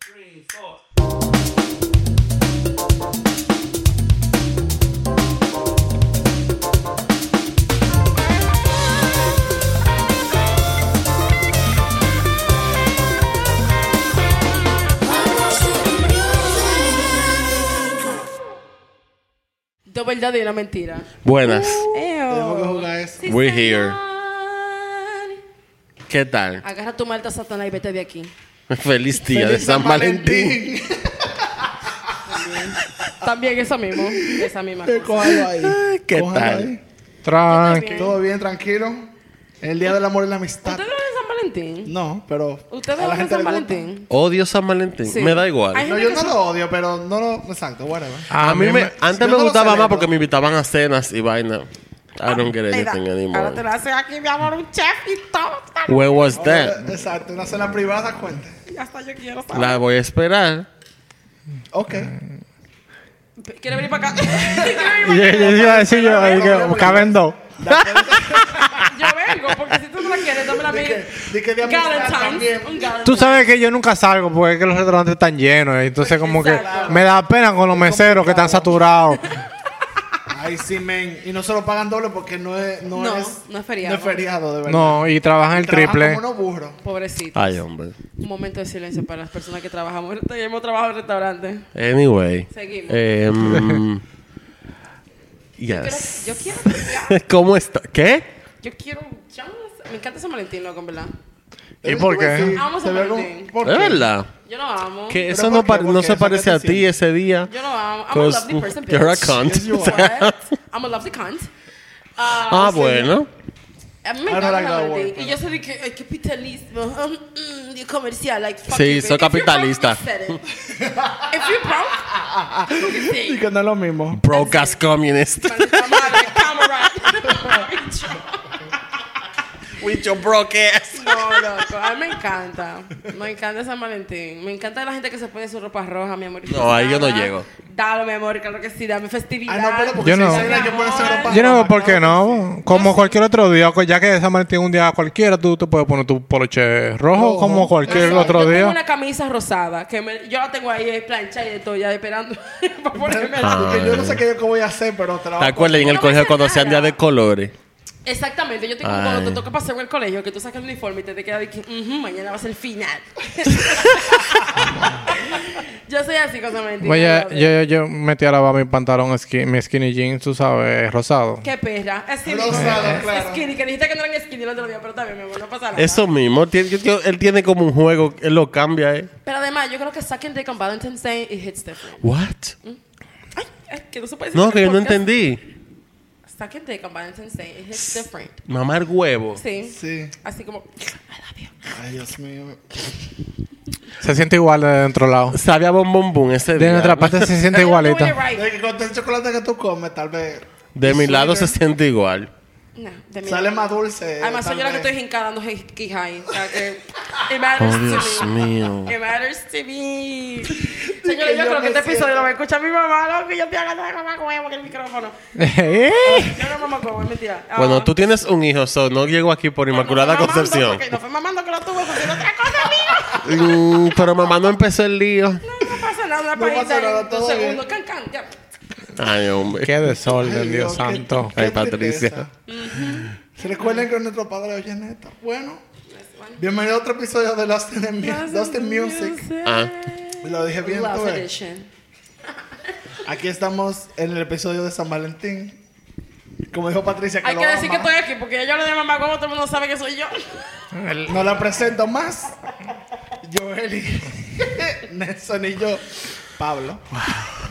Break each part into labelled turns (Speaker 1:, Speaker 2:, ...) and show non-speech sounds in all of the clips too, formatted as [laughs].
Speaker 1: three, four.
Speaker 2: ¿De verdad y una mentira?
Speaker 3: Buenas.
Speaker 2: Eo.
Speaker 4: Tenemos que jugar eso.
Speaker 2: Sí,
Speaker 3: We're
Speaker 2: señor.
Speaker 3: here. ¿Qué tal? [laughs]
Speaker 2: Agarra tu malta Satanás y vete de aquí.
Speaker 3: Feliz día de
Speaker 4: Feliz
Speaker 3: San Valentín.
Speaker 2: También esa mismo. Esa misma.
Speaker 4: Eh,
Speaker 2: cosa.
Speaker 4: [laughs] Cójalo ahí.
Speaker 3: ¿Qué
Speaker 4: Cójalo
Speaker 3: tal?
Speaker 4: ahí.
Speaker 2: Bien.
Speaker 4: Todo bien, tranquilo. El día del amor y la amistad.
Speaker 2: ¿Ustedes van a San Valentín?
Speaker 4: No, pero.
Speaker 2: ¿Ustedes
Speaker 4: a la
Speaker 2: van a
Speaker 4: gente
Speaker 2: San
Speaker 4: le gusta.
Speaker 2: Valentín?
Speaker 3: Odio San Valentín.
Speaker 2: Sí.
Speaker 3: Me da igual.
Speaker 2: Ay,
Speaker 4: No, yo no lo odio, pero no lo. Exacto, whatever.
Speaker 3: a, mí me, antes
Speaker 4: yo
Speaker 3: me
Speaker 4: no lo
Speaker 3: gustaba más
Speaker 4: celebro.
Speaker 3: porque me invitaban a cenas y vaina. I don't get anything
Speaker 2: Ahora te
Speaker 3: anymore.
Speaker 2: lo hacen aquí, mi amor, un chef y todo.
Speaker 3: Where was
Speaker 4: Ahora,
Speaker 3: that?
Speaker 4: Exacto, una cena privada cuenta.
Speaker 2: Y hasta yo quiero saber.
Speaker 3: La voy a esperar.
Speaker 4: Ok.
Speaker 2: ¿Quiere venir
Speaker 3: [laughs]
Speaker 2: para acá? [laughs] ¿Quiere
Speaker 5: [laughs] Yo,
Speaker 2: venir
Speaker 5: yo iba a decir yo, ahí que caben dos.
Speaker 2: para acá? Yo vengo, porque si tú no la quieres, dame la
Speaker 4: Di
Speaker 2: mía.
Speaker 4: que, di que de amistad también.
Speaker 2: Galentine's. Un Galentine's.
Speaker 5: Tú sabes que yo nunca salgo porque es que los restaurantes están llenos. eh, Entonces, como que
Speaker 2: Exacto.
Speaker 5: me da pena con los meseros que están saturados.
Speaker 4: Ay, sí, men. Y no se lo pagan doble porque no es. No,
Speaker 2: No,
Speaker 4: es,
Speaker 2: no es feriado.
Speaker 4: No es feriado, de verdad.
Speaker 5: No, y trabajan el
Speaker 4: Trabajan
Speaker 5: triple.
Speaker 4: Como unos burros.
Speaker 2: Pobrecito.
Speaker 3: Ay, hombre.
Speaker 2: Un momento de silencio para las personas que trabajamos. Tenemos trabajo en restaurante.
Speaker 3: Anyway.
Speaker 2: Seguimos.
Speaker 4: [laughs]
Speaker 3: Em,
Speaker 2: Pero
Speaker 3: yes.
Speaker 2: yo quiero.
Speaker 3: [laughs] ¿Cómo está? ¿Qué?
Speaker 2: Yo quiero. yo no sé. Me encanta San Valentín, loco, en verdad.
Speaker 5: ¿Y por qué?
Speaker 2: Vamos a
Speaker 4: Se ve
Speaker 2: Valentín.
Speaker 4: como- ¿Por
Speaker 3: ¿Es
Speaker 4: qué?
Speaker 3: verdad?
Speaker 2: Yo lo amo.
Speaker 3: Que
Speaker 4: ¿Pero
Speaker 3: eso
Speaker 4: por
Speaker 3: no,
Speaker 4: qué?
Speaker 3: pa-
Speaker 4: ¿Por
Speaker 3: no
Speaker 4: qué?
Speaker 3: se
Speaker 4: ¿Eso qué
Speaker 3: parece
Speaker 4: te
Speaker 3: a ti
Speaker 4: sientes?
Speaker 3: ese día.
Speaker 2: Yo lo amo. I'm a
Speaker 3: 'Cause
Speaker 2: lovely person.
Speaker 3: You're a
Speaker 2: bitch.
Speaker 3: cunt.
Speaker 4: Yes, you are.
Speaker 2: What? I'm a lovely cunt.
Speaker 3: Ah,
Speaker 2: Ah,
Speaker 3: bueno.
Speaker 2: a mí me
Speaker 4: I don't
Speaker 2: encanta
Speaker 4: like
Speaker 2: San
Speaker 4: that word,
Speaker 2: Valentín. Y yo soy de que ay, capitalismo, um, mm, y comercial, like fuck
Speaker 3: Sí,
Speaker 2: you,
Speaker 3: soy
Speaker 2: bitch. If you're broke,
Speaker 3: capitalista.
Speaker 2: you said it. If you're broke, you can
Speaker 4: Y
Speaker 2: say,
Speaker 4: que no es lo mismo.
Speaker 3: Brocas communist.
Speaker 2: maldita madre, cámara.
Speaker 3: With your broke ass.
Speaker 2: No, loco, a mí me encanta. Me encanta San Valentín. Me encanta la gente que se pone su ropa roja, mi amor.
Speaker 3: No, ahí yo no
Speaker 2: Nada.
Speaker 3: llego.
Speaker 2: Dalo, mi amor, claro que sí, dame festividad.
Speaker 4: Ah, no, pero porque
Speaker 5: Yo
Speaker 4: si
Speaker 5: no.
Speaker 4: hay alguien que pone esa ropa
Speaker 5: Yo no veo
Speaker 4: roja,
Speaker 5: por qué
Speaker 4: claro que sí.
Speaker 5: no. Como cualquier otro día, ya que San Martín un día cualquiera, tú te puedes poner tu poloche rojo
Speaker 4: Rojo.
Speaker 5: como cualquier
Speaker 4: Exacto.
Speaker 5: otro
Speaker 2: yo tengo
Speaker 5: día.
Speaker 2: una camisa rosada que me- yo la tengo ahí eh, plancha y de todo ya esperando [laughs] para
Speaker 4: Ah,
Speaker 2: ponérmela.
Speaker 4: porque yo no sé qué yo qué voy a hacer, pero
Speaker 3: ¿Te
Speaker 4: trabajo.
Speaker 3: acuerdas en el
Speaker 2: No
Speaker 3: colegio
Speaker 2: pasa
Speaker 3: cuando hacían día
Speaker 2: nada.
Speaker 3: de colores?
Speaker 2: Exactamente, yo tengo
Speaker 3: Ay.
Speaker 2: cuando te toca pasar en el colegio que tú sacas el uniforme y te, te quedas de que "Ujú, mañana va a ser el
Speaker 5: [laughs]
Speaker 2: final. yo soy así cosa mentira.
Speaker 5: Oye,
Speaker 2: brother.
Speaker 5: yo, yo, yo metí a lavar mi pantalón, skin- mi skinny jeans, tú sabes, rosado.
Speaker 2: Qué perra. Es skinny.
Speaker 4: Rosado,
Speaker 2: Es
Speaker 4: claro.
Speaker 2: skinny, que dijiste que no eran skinny el otro día, pero también, mi amor, no pasa nada.
Speaker 3: Eso mismo. Tiene- yo- yo- él tiene como un juego. Él lo cambia, ¿eh?
Speaker 2: Pero además, yo creo que Second Day con Valentine's Day it hits different.
Speaker 3: What?
Speaker 2: Ay, ay, que no se puede decir
Speaker 3: No,
Speaker 2: en
Speaker 3: que
Speaker 2: el
Speaker 3: yo no
Speaker 2: podcast.
Speaker 3: entendí.
Speaker 2: Second Day con Valentine's Day it hits different.
Speaker 3: Mamar huevo.
Speaker 2: Sí.
Speaker 4: Sí.
Speaker 2: Así como...
Speaker 4: Ay, Dios mío.
Speaker 5: Se siente igual de dentro lado.
Speaker 3: Sabía bombón bum ese
Speaker 5: De
Speaker 3: día.
Speaker 5: nuestra parte se
Speaker 2: [laughs]
Speaker 5: siente
Speaker 2: Doing
Speaker 5: igualita.
Speaker 2: it
Speaker 4: De
Speaker 2: right.
Speaker 4: que con todo el chocolate que tú comes, tal vez
Speaker 3: De mi lado se siente igual.
Speaker 2: No, de mí
Speaker 4: sale
Speaker 2: no.
Speaker 4: más dulce.
Speaker 2: Además, soy
Speaker 4: tal
Speaker 2: yo la que
Speaker 4: vez.
Speaker 2: estoy hincadando ski high. O sea
Speaker 3: [laughs]
Speaker 2: que. It matters
Speaker 3: Oh, Dios
Speaker 2: to me.
Speaker 3: mío.
Speaker 2: It matters to
Speaker 4: [laughs]
Speaker 2: me. Señores,
Speaker 4: que
Speaker 2: yo
Speaker 4: yo
Speaker 2: creo que
Speaker 4: me
Speaker 2: este episodio
Speaker 4: siento-
Speaker 2: lo va a escuchar mi mamá, loco. Y yo estoy agarrando la huevo en el micrófono.
Speaker 5: [laughs] ¿Eh?
Speaker 2: Yo no mamá huevo, es mentira. Ah.
Speaker 3: Bueno, tú tienes un hijo, so no llego aquí por
Speaker 2: No, no
Speaker 3: Inmaculada
Speaker 2: fue mamando,
Speaker 3: Concepción.
Speaker 2: porque No fue mamando que lo tuvo, porque no otra cosa, amigo.
Speaker 3: Mm, pero mamá no empezó el lío.
Speaker 2: No pasa nada, una
Speaker 4: No pasa
Speaker 2: pajita.
Speaker 4: nada,
Speaker 2: en Dos
Speaker 4: todo bien.
Speaker 2: segundos, can, can, ya.
Speaker 3: Ay, hombre.
Speaker 5: Qué desorden,
Speaker 4: Ay,
Speaker 5: Dios
Speaker 4: qué-
Speaker 5: santo.
Speaker 4: qué
Speaker 3: Ay, Patricia.
Speaker 4: tristeza. ¿Se recuerdan que nuestro padre oye neta? Bueno, bienvenido a otro episodio de Lost in, the Mu- Lost in Music.
Speaker 3: Ah,
Speaker 4: Lo dije bien, tú
Speaker 2: Love
Speaker 4: ves.
Speaker 2: Edition.
Speaker 4: Aquí estamos en el episodio de San Valentín. Como dijo Patricia, que
Speaker 2: Hay
Speaker 4: lo
Speaker 2: que decir que
Speaker 4: ama.
Speaker 2: estoy aquí, porque ya yo le di a mamá huevo, todo el mundo sabe que soy yo.
Speaker 4: No la presento más. Joeli, Nelson y [laughs] yo. Pablo.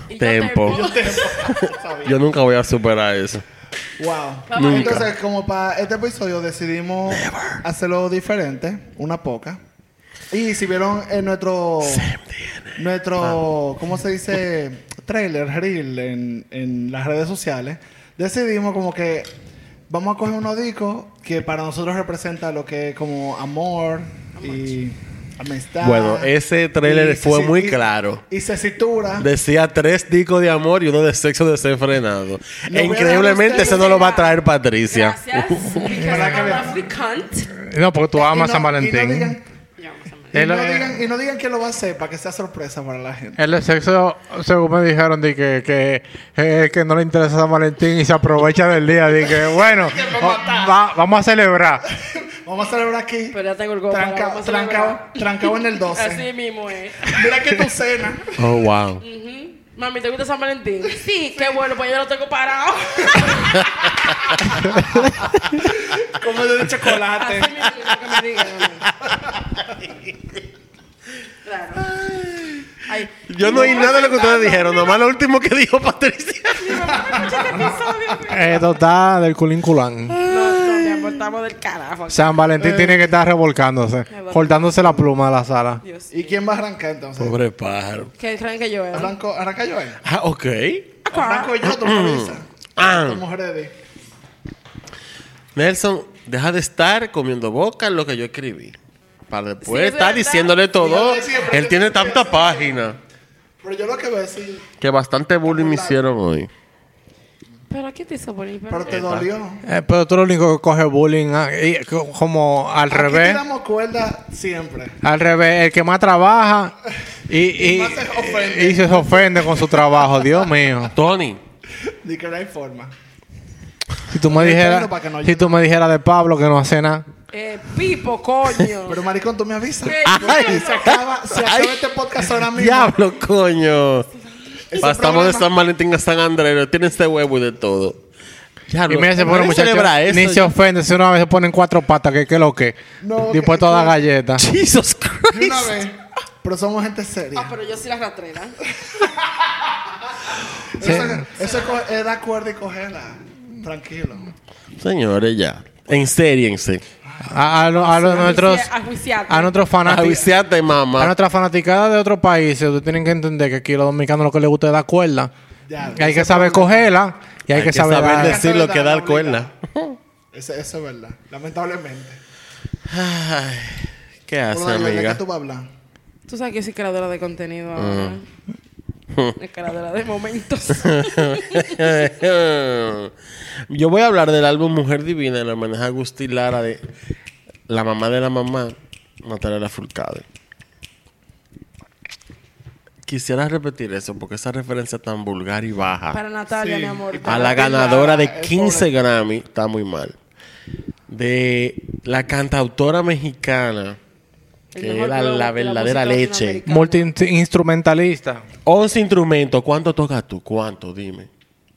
Speaker 2: Y yo
Speaker 3: Tempo.
Speaker 2: te-
Speaker 3: yo nunca voy a superar eso.
Speaker 4: Wow.
Speaker 2: Nunca.
Speaker 4: Entonces, como para este episodio decidimos hacerlo diferente, una poca. Y si vieron en nuestro
Speaker 3: Ah.
Speaker 4: nuestro ¿cómo se dice? trailer, reel en, en las redes sociales, decidimos como que vamos a coger unos discos que para nosotros representa lo que es como amor y amistad.
Speaker 3: Bueno, ese trailer
Speaker 4: Y se-
Speaker 3: fue muy
Speaker 4: y-
Speaker 3: claro.
Speaker 4: Y se sitúa
Speaker 3: Decía tres discos de amor y uno de sexo desenfrenado.
Speaker 4: voy a
Speaker 3: Increíblemente
Speaker 4: dar a
Speaker 3: ese
Speaker 4: ustedes
Speaker 3: no lo va a traer Patricia.
Speaker 2: Gracias. because
Speaker 4: Para
Speaker 2: I'm
Speaker 4: que
Speaker 2: a
Speaker 4: vean.
Speaker 2: lovely cunt.
Speaker 5: No, porque tú
Speaker 4: Y
Speaker 5: amas
Speaker 4: no-
Speaker 5: San
Speaker 4: y no digan,
Speaker 5: Valentín.
Speaker 2: Ya vamos a
Speaker 6: Y,
Speaker 5: Él-
Speaker 6: no digan, y no digan que lo va a hacer para que sea sorpresa para la gente.
Speaker 5: El sexo, según me dijeron, de que, que, eh, que no le interesa a San Valentín y se aprovecha del día. De que, bueno, o- va- vamos a celebrar.
Speaker 6: Vamos a celebrar aquí.
Speaker 2: Pero ya tengo el coco.
Speaker 6: Tranca-
Speaker 2: vamos a
Speaker 6: trancado,
Speaker 2: celebrar.
Speaker 6: trancado en el 12.
Speaker 2: Así mismo es.
Speaker 6: Mira que tu cena.
Speaker 3: Oh, wow.
Speaker 2: Mami, ¿te gusta San Valentín? Sí, qué bueno, pues yo lo tengo parado.
Speaker 6: Como
Speaker 2: [laughs]
Speaker 6: de chocolate.
Speaker 2: [laughs] Así mismo es lo que me digan, mami. Claro. Ay.
Speaker 3: Yo no oí nada de lo que ustedes dijeron, nomás lo último que dijo Patricia.
Speaker 5: Eh, Esto está del culín culán.
Speaker 2: No, no, mi amor, estamos del carajo.
Speaker 5: San Valentín tiene que estar revolcándose, cortándose la pluma de la sala.
Speaker 2: Dios.
Speaker 6: ¿Y quién va a arrancar entonces?
Speaker 3: Pobre pájaro.
Speaker 2: ¿Qué creen que yo era?
Speaker 6: Arranco, arranca yo ahí.
Speaker 3: Ah, ok.
Speaker 6: Arranco yo, tú me avisas.
Speaker 3: Ah.
Speaker 6: Estamos ready.
Speaker 3: Nelson, deja de estar comiendo boca en lo que yo escribí. Para
Speaker 2: Sí,
Speaker 3: después
Speaker 2: es
Speaker 3: estar
Speaker 2: verdad.
Speaker 3: diciéndole todo.
Speaker 6: Dígame siempre.
Speaker 3: Él tiene tanta página.
Speaker 6: Pero yo lo que voy a decir,
Speaker 3: Que bastante bullying me hicieron hoy.
Speaker 2: ¿Pero qué te hizo poner?
Speaker 6: pero te dolió.
Speaker 5: Eh, pero tú lo único que coge bullying, ah, y co- como al
Speaker 6: Aquí te
Speaker 5: revés.
Speaker 6: damos cuerda siempre.
Speaker 5: Al revés, el que más trabaja y, y,
Speaker 6: Y más se ofende.
Speaker 5: y se ofende con su trabajo. Dios mío.
Speaker 3: Tony,
Speaker 6: Ni que no hay forma.
Speaker 5: Si tú me dijeras,
Speaker 6: para que no
Speaker 5: si tú me dijeras de Pablo que no hace nada.
Speaker 2: Eh, Pipo, coño.
Speaker 6: Pero maricón, tú me avisas.
Speaker 2: ¿Qué?
Speaker 6: Y se acaba, se acaba
Speaker 3: Ay.
Speaker 6: este podcast ahora mismo.
Speaker 3: diablo, coño.
Speaker 6: Ese
Speaker 3: Pasamos de
Speaker 6: programa-
Speaker 3: San Valentín a San Andrés. Tiene este huevo y de todo.
Speaker 5: Y mira, se
Speaker 3: ¿no
Speaker 5: pone
Speaker 3: hay que
Speaker 5: muchacho.
Speaker 3: celebrar eso?
Speaker 5: Ni se ofende. Si una vez se ponen cuatro patas, que qué lo que.
Speaker 6: No,
Speaker 5: Dispuesto
Speaker 6: que-
Speaker 5: a dar galletas.
Speaker 3: Jesus
Speaker 6: Y una
Speaker 3: Christ.
Speaker 6: vez. Pero somos gente
Speaker 2: Ah,
Speaker 6: seria.
Speaker 2: pero yo sí la rastrera.
Speaker 6: Eso, eso es, co- es dar cuerda y cogerla. Tranquilo.
Speaker 3: Señores, ya. Ensériense.
Speaker 5: A, a lo- a los nuestros,
Speaker 2: Ajuiciados.
Speaker 5: a nuestros fanáticos.
Speaker 3: Avisate,
Speaker 5: A
Speaker 3: mamá.
Speaker 5: nuestras fanaticadas de otros países, ustedes tienen que entender que aquí los dominicanos lo que les gusta es dar cuerda.
Speaker 6: Ya,
Speaker 5: Y hay que saber cogerla y hay, que, saber, dar-
Speaker 6: decir
Speaker 3: decir lo que da
Speaker 6: la
Speaker 3: el cuerda.
Speaker 6: Eso, eso es verdad. Lamentablemente.
Speaker 3: Ay, ¿Qué hace,
Speaker 6: Bueno, ¿De qué
Speaker 3: amiga?
Speaker 6: tú vas a hablar?
Speaker 2: Tú sabes que yo soy creadora de contenido ahora. Es creadora de momentos.
Speaker 3: [laughs] Yo voy a hablar del álbum Mujer Divina de la homenaje a Agustí Lara de la mamá de la mamá, Natalia Lafourcade. Quisiera repetir eso porque esa referencia tan vulgar y baja
Speaker 2: Para Natalia,
Speaker 6: Sí.
Speaker 2: mi amor.
Speaker 3: a la ganadora de 15 Grammy está muy mal. De la cantautora mexicana
Speaker 2: El
Speaker 3: que
Speaker 2: mejor
Speaker 3: era
Speaker 2: globo de la
Speaker 3: la verdadera
Speaker 2: música
Speaker 3: leche.
Speaker 2: latinoamericana.
Speaker 5: multi-instrumentalista.
Speaker 3: 11 instrumentos, ¿cuánto tocas tú? ¿Cuánto? Dime.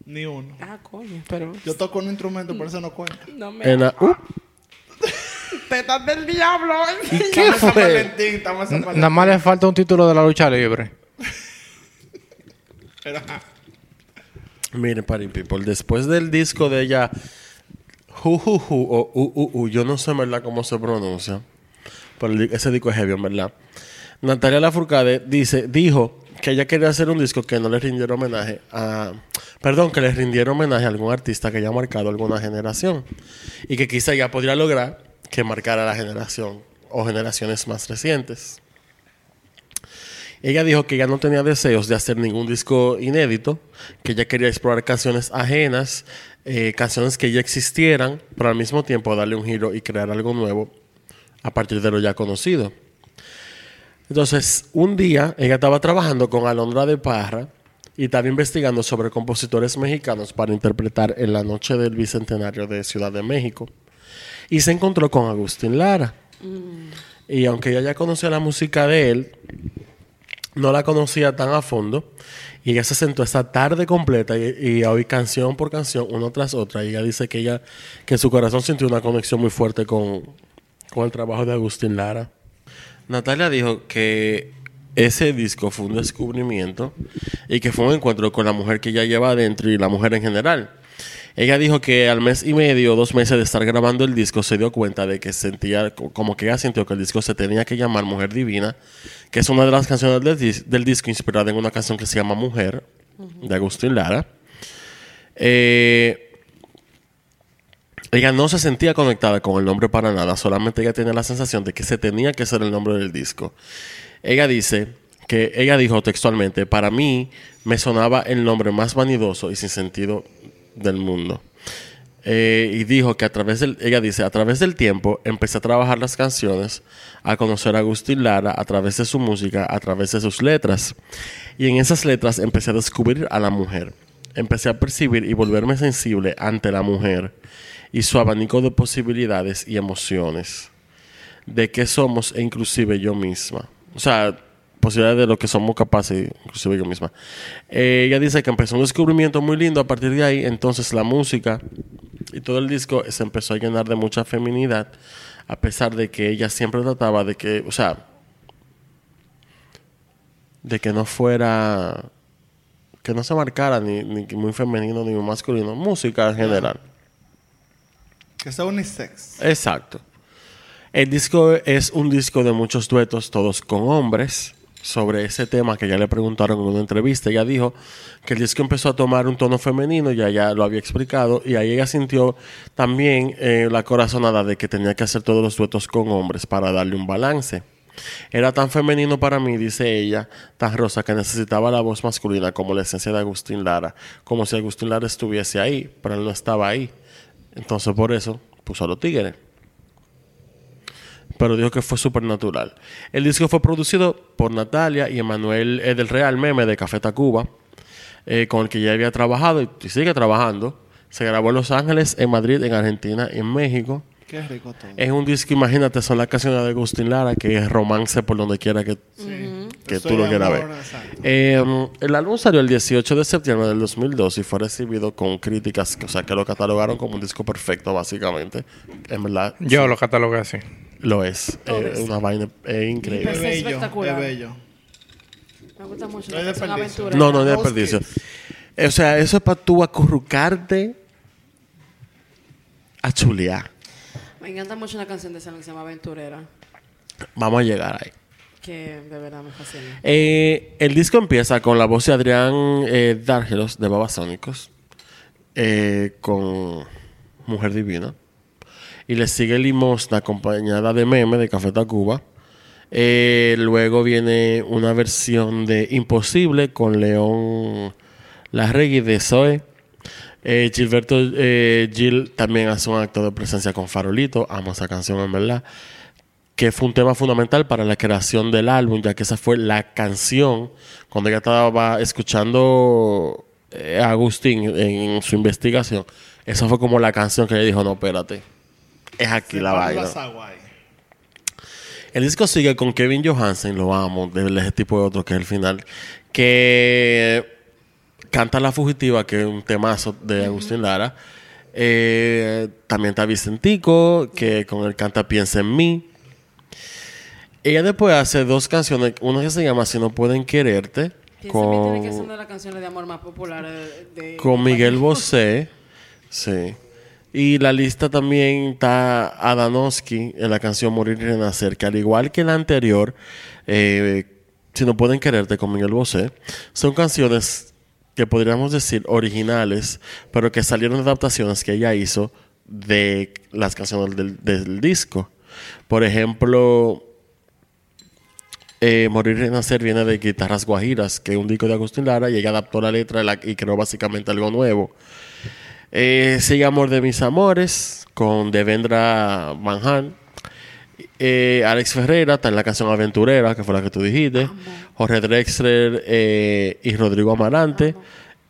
Speaker 6: Ni uno.
Speaker 2: Ah, coño, pero.
Speaker 6: Yo toco un instrumento, por eso no cuenta.
Speaker 2: No me.
Speaker 3: En la- ¡Uh!
Speaker 2: Tetas del diablo. ¿eh?
Speaker 3: ¿Y qué
Speaker 6: Estamos en San
Speaker 3: fue?
Speaker 6: Valentín, estamos en San Valentín.
Speaker 5: Nada más le falta un título de la lucha libre.
Speaker 6: Pero, ajá.
Speaker 3: Miren, Party People, después del disco de ella, Ju Ju Ju, o U U U, yo no sé en verdad cómo se pronuncia, pero el di- ese disco es heavy, en verdad. Natalia Lafourcade dice, dijo que ella quería hacer un disco que no le rindiera homenaje a... Perdón, que le rindiera homenaje a algún artista que haya marcado alguna generación y que quizá ya podría lograr que marcara la generación o generaciones más recientes. Ella dijo que ya no tenía deseos de hacer ningún disco inédito, que ella quería explorar canciones ajenas, eh, canciones que ya existieran, pero al mismo tiempo darle un giro y crear algo nuevo a partir de lo ya conocido. Entonces, un día ella estaba trabajando con Alondra de Parra y estaba investigando sobre compositores mexicanos para interpretar en la noche del bicentenario de Ciudad de México y se encontró con Agustín Lara. Y aunque ella ya conocía la música de él, no la conocía tan a fondo. Y ella se sentó esa tarde completa y, y a oír canción por canción, una tras otra. Y ella dice que ella, que en su corazón sintió una conexión muy fuerte con, con el trabajo de Agustín Lara. Natalia dijo que ese disco fue un descubrimiento y que fue un encuentro con la mujer que ella lleva adentro y la mujer en general. Ella dijo que al mes y medio, dos meses de estar grabando el disco, se dio cuenta de que sentía, co- como que ella sintió que el disco se tenía que llamar Mujer Divina, que es una de las canciones del, dis- del disco inspirada en una canción que se llama Mujer, de Agustín Lara. Eh, ella no se sentía conectada con el nombre para nada, solamente ella tenía la sensación de que se tenía que ser el nombre del disco. Ella dice que ella dijo textualmente, para mí me sonaba el nombre más vanidoso y sin sentido del mundo. eh, y dijo que a través del, ella dice, a través del tiempo empecé a trabajar las canciones, a conocer a Agustín Lara a través de su música, a través de sus letras. Y en esas letras empecé a descubrir a la mujer. Empecé a percibir y volverme sensible ante la mujer y su abanico de posibilidades y emociones de qué somos e inclusive yo misma. O sea, posibilidades de lo que somos capaces, inclusive yo misma. Eh, ella dice que empezó un descubrimiento muy lindo a partir de ahí, entonces la música y todo el disco se empezó a llenar de mucha feminidad, a pesar de que ella siempre trataba de que, o sea, de que no fuera, que no se marcara ni, ni muy femenino ni muy masculino, música en general.
Speaker 6: Que sea unisex.
Speaker 3: Exacto. El disco es un disco de muchos duetos, todos con hombres. Sobre ese tema que ya le preguntaron en una entrevista, ella dijo que el disco empezó a tomar un tono femenino, ya ya lo había explicado, y ahí ella sintió también eh, la corazonada de que tenía que hacer todos los duetos con hombres para darle un balance. Era tan femenino para mí, dice ella, tan rosa, que necesitaba la voz masculina como la esencia de Agustín Lara, como si Agustín Lara estuviese ahí, pero él no estaba ahí. Entonces por eso puso a los tigres pero dijo que fue supernatural. El disco fue producido por Natalia y Emanuel eh, del Real Meme de Café Tacuba, eh, con el que ya había trabajado y, y sigue trabajando. Se grabó en Los Ángeles, en Madrid, en Argentina y en México.
Speaker 6: Qué rico todo.
Speaker 3: Es un disco, imagínate, son las canciones de Agustín Lara, que es romance por donde quiera que, que
Speaker 6: Eso
Speaker 3: tú lo
Speaker 6: es
Speaker 3: quieras ver.
Speaker 6: amor, exacto.
Speaker 3: Eh, mm, el álbum salió el 18 de septiembre del 2002 y fue recibido con críticas, o sea, que lo catalogaron como un disco perfecto, básicamente. En verdad,
Speaker 5: Yo lo catalogué así.
Speaker 3: lo es. Eh, una vaina eh, increíble.
Speaker 6: Es
Speaker 2: Es
Speaker 6: bello,
Speaker 2: espectacular.
Speaker 6: es bello.
Speaker 2: Me gusta mucho.
Speaker 6: No hay
Speaker 2: es una
Speaker 6: desperdicio.
Speaker 2: aventura.
Speaker 3: No, no, no
Speaker 6: Los
Speaker 3: hay desperdicio. O sea, eso es para tú acurrucarte a chulear.
Speaker 2: Me encanta mucho una canción de Salón que se llama Aventurera,
Speaker 3: Vamos a llegar ahí.
Speaker 2: que de verdad me fascina.
Speaker 3: Eh, el disco empieza con la voz de Adrián eh, Dárgelos de Babasónicos, eh, con Mujer Divina. Y le sigue Limosna acompañada de Meme de Café Tacuba. Eh, luego viene una versión de Imposible con León Larregui de Zoe. Eh, Gilberto eh, Gil también hace un acto de presencia con Farolito. Amo esa canción, en verdad que fue un tema fundamental para la creación del álbum, ya que esa fue la canción cuando ella estaba escuchando eh, a Agustín en su investigación. Esa fue como la canción que ella dijo, no, espérate, es aquí la
Speaker 6: Separó
Speaker 3: vaina.
Speaker 6: las aguas ahí.
Speaker 3: El disco sigue con Kevin Johansen, lo amo, de ese tipo de otro que es el final, que canta La Fugitiva, que es un temazo de Agustín Lara. Eh, también está Vicentico, que con el canta Piensa en mí. Ella después hace dos canciones, una que se llama Si no pueden quererte,
Speaker 2: Piensa en mí tiene que ser
Speaker 3: con,
Speaker 2: una de las canciones de amor más populares de, de-
Speaker 3: con Miguel Bosé, sí. Y la lista también está Adanowski en la canción Morir y Renacer, que al igual que la anterior, eh, Si no pueden quererte con Miguel Bosé, son canciones que podríamos decir originales, pero que salieron de adaptaciones que ella hizo de las canciones del, del disco. Por ejemplo, eh, Morir y Renacer viene de Guitarras Guajiras, que es un disco de Agustín Lara, y ella adaptó la letra la- y creó básicamente algo nuevo. Eh, Sigue Amor de Mis Amores con Devendra Manhan. Eh, Alex Ferreira está en la canción Aventurera, que fue la que tú dijiste. Jorge Drexler eh, y Rodrigo Amarante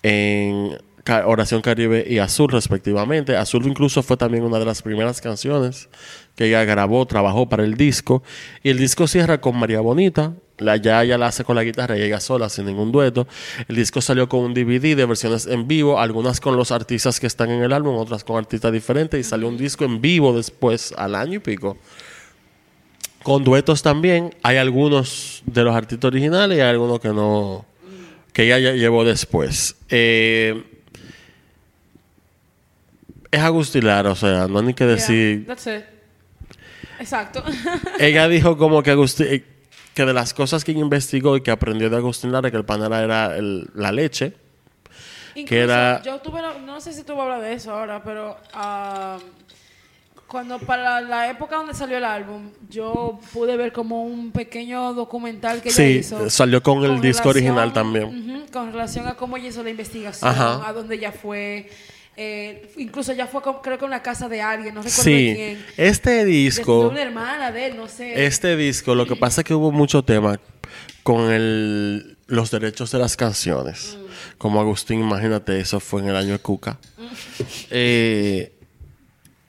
Speaker 3: en Ca- Oración Caribe y Azul, respectivamente. Azul incluso fue también una de las primeras canciones que ella grabó, trabajó para el disco. Y el disco cierra con María Bonita. La, ya ella la hace con la guitarra, llega sola, sin ningún dueto. El disco salió con un DVD de versiones en vivo, algunas con los artistas que están en el álbum, otras con artistas diferentes, y salió un disco en vivo después, al año y pico. Con duetos también, hay algunos de los artistas originales y hay algunos que no. que ella ya llevó después. Eh, es Agustilar, o sea, no hay ni que
Speaker 2: Yeah,
Speaker 3: decir.
Speaker 2: that's it. Exacto. [laughs]
Speaker 3: Ella dijo como que Agustín, eh, que de las cosas que investigó y que aprendió de Agustín Lara, que el panera era el- la leche.
Speaker 2: Incluso,
Speaker 3: era-
Speaker 2: Yo tuve, la- no sé si tú vas a hablar de eso ahora, pero ah, cuando para la época donde salió el álbum, yo pude ver como un pequeño documental que
Speaker 3: Sí,
Speaker 2: ella hizo.
Speaker 3: salió con el disco original también.
Speaker 2: Ujú, con relación a cómo ella hizo la investigación,
Speaker 3: Ajá.
Speaker 2: a dónde ella fue, Eh, incluso ya fue, con- creo que a una casa de alguien, no recuerdo de
Speaker 3: Sí,
Speaker 2: quién.
Speaker 3: este
Speaker 2: De
Speaker 3: disco,
Speaker 2: una hermana de él, no sé.
Speaker 3: este disco, lo que pasa es que hubo mucho tema con el, los derechos de las canciones.
Speaker 2: Mm.
Speaker 3: Como Agustín, imagínate, eso fue en el año de Cuca. Eh,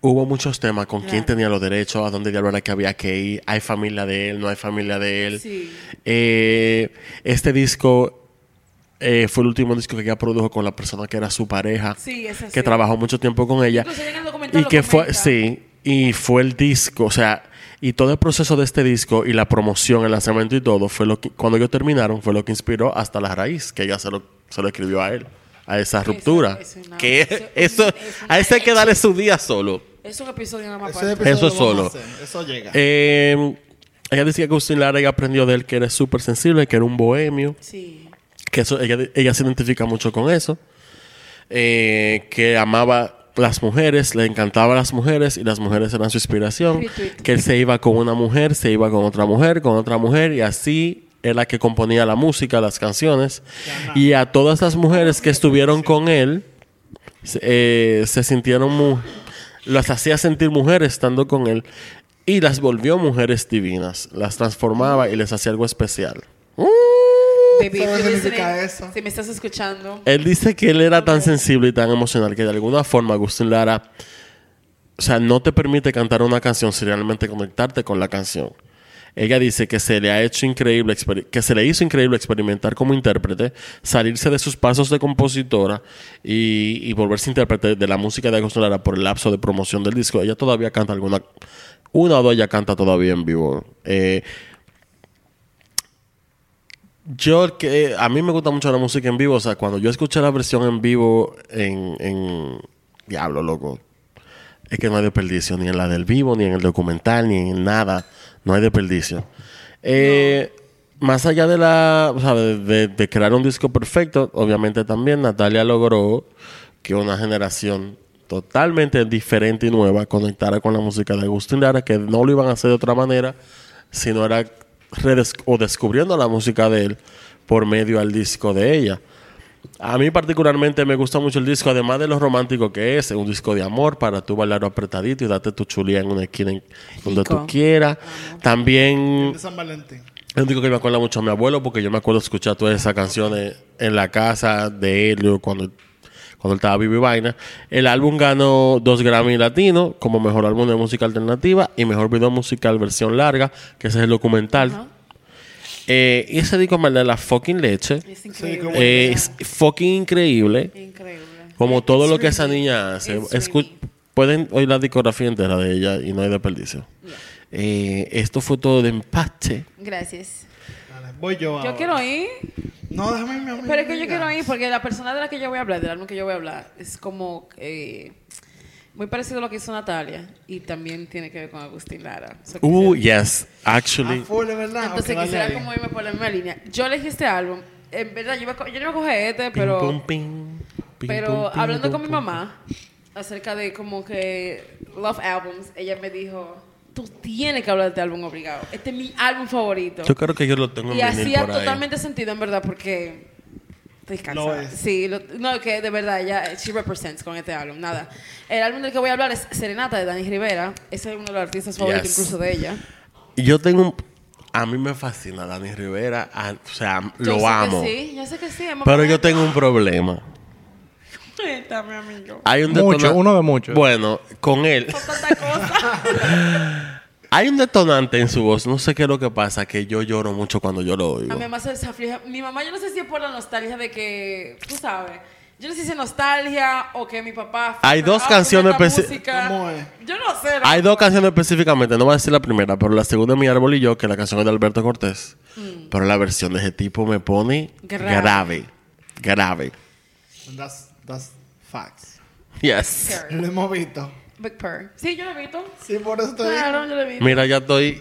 Speaker 3: hubo muchos temas con quién
Speaker 2: Claro.
Speaker 3: tenía los derechos, a dónde diablo era que había que ir, hay familia de él, no hay familia de él.
Speaker 2: Sí.
Speaker 3: Eh, este disco eh, fue el último disco que ella produjo con la persona que era su pareja,
Speaker 2: Sí, es así.
Speaker 3: que trabajó mucho tiempo con ella.
Speaker 2: Incluso ella en el documental
Speaker 3: Y
Speaker 2: lo
Speaker 3: que fue,
Speaker 2: comenta.
Speaker 3: sí, y fue el disco, o sea, y todo el proceso de este disco y la promoción, el lanzamiento y todo, fue lo que, cuando ellos terminaron, fue lo que inspiró hasta la raíz, que ella se lo, se lo escribió a él, a esa ruptura.
Speaker 2: eso es una-
Speaker 3: que
Speaker 2: eso-
Speaker 3: eso,
Speaker 2: es una
Speaker 3: a ese hay que darle su día solo.
Speaker 2: Es un episodio nada más.
Speaker 6: Ese
Speaker 2: aparte.
Speaker 6: episodio
Speaker 3: Eso
Speaker 6: lo vamos
Speaker 3: solo.
Speaker 6: a hacer. Eso llega.
Speaker 3: Eh, ella decía que Agustín Lara ella aprendió de él que era súper sensible, que era un bohemio,
Speaker 2: Sí.
Speaker 3: que eso, ella, ella se identifica mucho con eso, eh, que amaba las mujeres, le encantaban las mujeres y las mujeres eran su inspiración,
Speaker 2: Retweet.
Speaker 3: que él se iba con una mujer, se iba con otra mujer, con otra mujer y así era que componía la música, las canciones y a todas las mujeres que estuvieron con él se- eh, se sintieron mu- las hacía sentir mujeres estando con él y las volvió mujeres divinas, las transformaba y les hacía algo especial.
Speaker 2: Uh, Baby,
Speaker 6: ¿Sabes
Speaker 2: if
Speaker 6: qué
Speaker 2: you're
Speaker 6: significa
Speaker 2: listening,
Speaker 6: eso?
Speaker 2: Si me estás escuchando.
Speaker 3: Él dice que él era tan sensible y tan emocional que de alguna forma Agustín Lara, o sea, no te permite cantar una canción sin realmente conectarte con la canción. Ella dice que se le ha hecho increíble, exper- que se le hizo increíble experimentar como intérprete, salirse de sus pasos de compositora y, y volverse intérprete de la música de Agustín Lara por el lapso de promoción del disco. Ella todavía canta alguna, una o dos ya canta todavía en vivo. Eh, yo, que eh, a mí me gusta mucho la música en vivo. O sea, cuando yo escuché la versión en vivo en, en- Diablo, loco. Es que no hay desperdicio, ni en la del vivo, ni en el documental, ni en nada. No hay desperdicio. Eh, Más allá de la. O sea, de, de- de crear un disco perfecto, obviamente también Natalia logró que una generación totalmente diferente y nueva conectara con la música de Agustín Lara, que no lo iban a hacer de otra manera, sino era redes- o descubriendo la música de él por medio al disco de ella. A mí particularmente me gusta mucho el disco, además de lo romántico que es, es un disco de amor para tú bailarlo apretadito y darte tu chulía en una esquina en- donde tú
Speaker 2: Rico.
Speaker 3: quieras. También
Speaker 6: de San Valentín.
Speaker 3: es un disco que me acuerda mucho a mi abuelo porque yo me acuerdo escuchar todas esas canciones en la casa de él cuando, cuando él estaba vivo y vaina. El álbum ganó dos Grammy Latino como mejor álbum de música alternativa y mejor video musical versión larga, que ese es el documental.
Speaker 2: Ajá.
Speaker 3: Eh, y ese disco me da la fucking leche.
Speaker 2: Es
Speaker 6: Sí,
Speaker 2: increíble.
Speaker 6: como-
Speaker 3: Eh, es fucking increíble.
Speaker 2: increíble.
Speaker 3: Como todo lo que esa
Speaker 2: Extreme.
Speaker 3: niña hace.
Speaker 2: It's
Speaker 3: Escu-
Speaker 2: really-
Speaker 3: pueden oír la discografía entera de ella y no hay desperdicio. Eh, esto fue todo de empate.
Speaker 2: Gracias.
Speaker 6: Dale, voy yo
Speaker 4: Ah,
Speaker 6: ahora.
Speaker 2: Yo quiero ir,
Speaker 6: No, déjame mi amiga.
Speaker 2: pero es que yo quiero ir porque la persona de la que yo voy a hablar, del álbum que yo voy a hablar, es como eh, muy parecido a lo que hizo Natalia y también tiene que ver con Agustín Lara. So,
Speaker 3: Uh,
Speaker 2: quisiera-
Speaker 3: yes, actually.
Speaker 2: Ah,
Speaker 6: A full, es ¿verdad?
Speaker 2: Entonces
Speaker 6: Ah, Ok, dale
Speaker 2: quisiera
Speaker 6: ahí.
Speaker 2: como irme por la misma línea. Yo elegí este álbum, en verdad yo, iba a co- yo no iba a coger este,
Speaker 3: Pim,
Speaker 2: pero...
Speaker 3: pum, pim. Pim,
Speaker 2: Pero
Speaker 3: pum, pim,
Speaker 2: hablando
Speaker 3: pum,
Speaker 2: con mi
Speaker 3: pum.
Speaker 2: mamá acerca de como que Love Albums, ella me dijo, tú tienes que hablar de este álbum obligado. Este es mi álbum favorito.
Speaker 3: Yo creo que yo lo tengo en
Speaker 2: Y
Speaker 3: vinil
Speaker 2: hacía
Speaker 3: por ahí.
Speaker 2: totalmente sentido, en verdad, porque estoy cansada.
Speaker 6: es.
Speaker 2: Sí, lo- no, que de verdad, ella, she represents con este álbum, nada. El álbum del que voy a hablar es Serenata de Dani Rivera. Ese es uno de los artistas favoritos
Speaker 3: Yes.
Speaker 2: incluso de ella.
Speaker 3: Y Yo tengo un... A mí me fascina Dani Rivera. a- o sea,
Speaker 2: Yo sé
Speaker 3: lo
Speaker 2: que
Speaker 3: amo.
Speaker 2: Sí, yo sé que sí. mamá.
Speaker 3: Pero yo tengo un problema.
Speaker 2: [laughs] Cuéntame,
Speaker 3: [laughs]
Speaker 2: amigo.
Speaker 3: Hay un
Speaker 5: Mucho,
Speaker 3: detona-
Speaker 5: uno de muchos.
Speaker 3: Bueno, con él.
Speaker 2: Son tantas cosas.
Speaker 3: Hay un detonante en su voz. No sé qué es lo que pasa, que yo lloro mucho cuando yo lo
Speaker 2: A
Speaker 3: oigo.
Speaker 2: mi mamá se desaflige. Mi mamá, yo no sé si es por la nostalgia de que, tú sabes. Yo no sé si es nostalgia o que mi papá.
Speaker 3: Hay dos canciones
Speaker 2: especi-
Speaker 3: especi-
Speaker 6: ¿Cómo es?
Speaker 2: Yo no sé. ¿no?
Speaker 3: Hay dos canciones específicamente, no voy a decir la primera, pero la segunda es Mi Árbol y Yo, que la canción es de Alberto Cortés. Pero la versión de ese tipo me pone
Speaker 2: Mm. Grave.
Speaker 3: grave. Grave.
Speaker 6: That's, that's facts.
Speaker 3: Yes.
Speaker 2: Purr.
Speaker 6: Lo hemos visto.
Speaker 2: Big Purr. Sí, yo lo he visto.
Speaker 6: Sí, por eso te digo.
Speaker 2: Claro, yo lo he visto.
Speaker 3: Mira, ya estoy.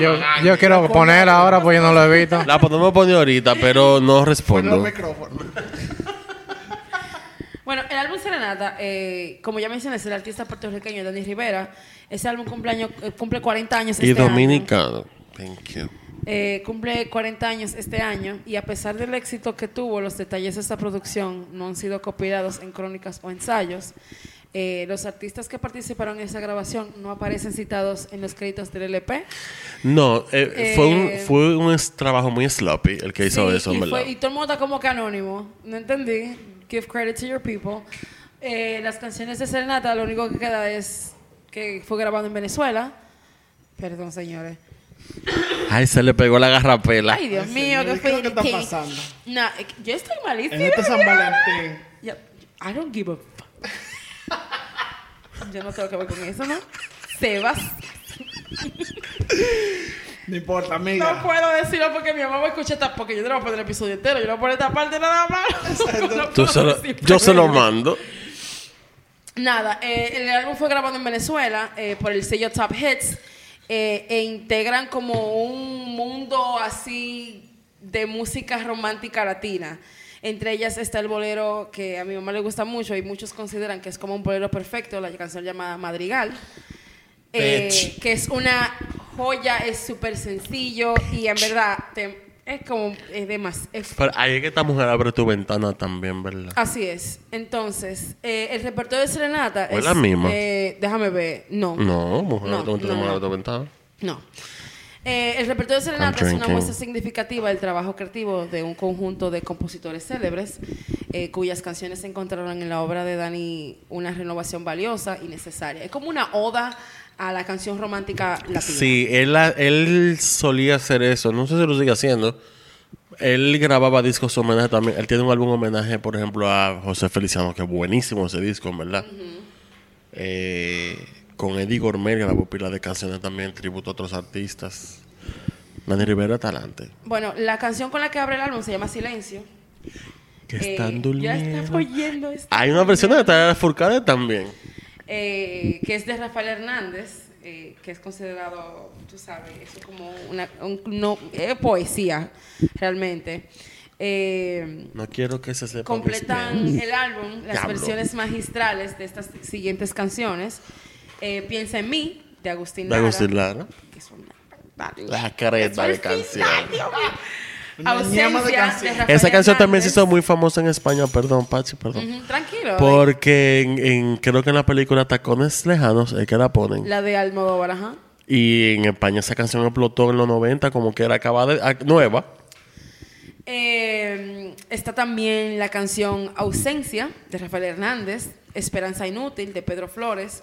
Speaker 5: Yo, yo quiero poner ahora porque yo no lo he visto.
Speaker 3: La podemos poner ahorita, pero no
Speaker 6: Ponle el
Speaker 3: respondo.
Speaker 6: micrófono.
Speaker 2: Bueno, el álbum Serenata, eh, como ya mencioné, es el artista puertorriqueño Dani Rivera. Ese álbum cumpleaños, eh, cumple 40 años.
Speaker 3: Y
Speaker 2: este año.
Speaker 3: dominicano. Thank you.
Speaker 2: eh, cumple 40 años este año y a pesar del éxito que tuvo, los detalles de esta producción no han sido copiados en crónicas o ensayos. Eh, los artistas que participaron en esa grabación no aparecen citados en los créditos del LP.
Speaker 3: No, eh,
Speaker 2: Eh,
Speaker 3: fue un, fue un es- trabajo muy sloppy el que hizo
Speaker 2: Sí,
Speaker 3: eso, en
Speaker 2: y,
Speaker 3: verdad.
Speaker 2: fue- y todo el mundo está como que anónimo. No entendí. Give credit to your people. Eh, las canciones de Serenata, lo único que queda es que fue grabado en Venezuela. Perdón, señores.
Speaker 3: Ay, se le pegó la garrapela.
Speaker 2: Ay, Dios
Speaker 6: Ay,
Speaker 2: mío,
Speaker 6: señor,
Speaker 2: qué
Speaker 6: ¿qué es
Speaker 2: fue.
Speaker 6: lo que está pasando?
Speaker 2: Nah, eh, yo estoy malísima.
Speaker 6: En este San Valentín.
Speaker 2: Ya, I don't give a fuck. Yo no tengo que ver con eso, ¿no? Sebas.
Speaker 6: No importa,
Speaker 2: No
Speaker 6: amiga.
Speaker 2: puedo decirlo porque mi mamá va a escuchar esta. Porque yo no voy a poner el episodio entero. Yo no voy a poner esta parte nada más. [laughs] No
Speaker 3: Tú
Speaker 2: puedo
Speaker 3: se lo-
Speaker 2: decir,
Speaker 3: yo se lo
Speaker 2: pero-
Speaker 3: mando.
Speaker 2: Nada, eh, el álbum fue grabado en Venezuela eh, por el sello Top Hits eh, e integran como un mundo así de música romántica latina. Entre ellas está el bolero que a mi mamá le gusta mucho y muchos consideran que es como un bolero perfecto, la canción llamada Madrigal, eh,
Speaker 3: Bitch.
Speaker 2: que es una joya, es súper sencillo y en verdad te- es como, es de más, es
Speaker 3: Pero ahí es que esta mujer abre tu ventana también, ¿verdad?
Speaker 2: Así es. Entonces, eh, el repertorio de Serenata
Speaker 3: ¿O
Speaker 2: es.
Speaker 3: es la misma?
Speaker 2: eh, déjame ver. No.
Speaker 3: No, mujer
Speaker 2: No,
Speaker 3: abre tu ventana,
Speaker 2: no,
Speaker 3: mujer
Speaker 2: no.
Speaker 3: abre tu ventana.
Speaker 2: No. Eh, el repertorio de Serenata es una
Speaker 3: drinking.
Speaker 2: muestra significativa del trabajo creativo de un conjunto de compositores célebres eh, cuyas canciones se encontraron en la obra de Dani una renovación valiosa y necesaria. Es como una oda a la canción romántica latina.
Speaker 3: Sí, él, ha- él solía hacer eso. No sé si lo sigue haciendo. Él grababa discos homenaje también. Él tiene un álbum homenaje, por ejemplo, a José Feliciano, que es buenísimo ese disco, en verdad. Eh, con Eddie Gourmet grabó pila de canciones también, tributo a otros artistas. Nani Rivera Talante.
Speaker 2: Bueno, la canción con la que abre el álbum se llama Silencio.
Speaker 3: Que
Speaker 2: Eh,
Speaker 3: están
Speaker 2: Ya
Speaker 3: durmiendo.
Speaker 2: está oyendo esto.
Speaker 3: Hay una versión de Tarea Furcade también.
Speaker 2: eh, que es de Rafael Hernández, eh, que es considerado, tú sabes, eso como una un- no, eh, poesía, realmente. Eh,
Speaker 3: No quiero que se sepa. que es
Speaker 2: completan
Speaker 3: mío.
Speaker 2: el álbum las
Speaker 3: Diablo.
Speaker 2: versiones magistrales de estas siguientes canciones. Eh, Piensa en mí, de Agustín
Speaker 3: De
Speaker 2: Lara,
Speaker 3: Agustín Lara.
Speaker 2: que es una barbaridad.
Speaker 3: La careta de
Speaker 2: Es el
Speaker 3: canción.
Speaker 2: final, Dios mío.
Speaker 6: Una ñama
Speaker 2: Ausencia
Speaker 6: de
Speaker 2: de
Speaker 6: canción.
Speaker 2: Rafael
Speaker 3: Esa canción también se
Speaker 2: Hernández.
Speaker 3: hizo muy famosa en España, perdón, Pachi, perdón.
Speaker 2: Ujú, Tranquilo.
Speaker 3: Porque en, en- creo que en la película Tacones Lejanos es que la ponen.
Speaker 2: La de Almodóvar, ajá.
Speaker 3: Y en España esa canción explotó en los 90 como que era acabada, ac- nueva.
Speaker 2: Eh, está también la canción Ausencia de Rafael Hernández, Esperanza Inútil de Pedro Flores.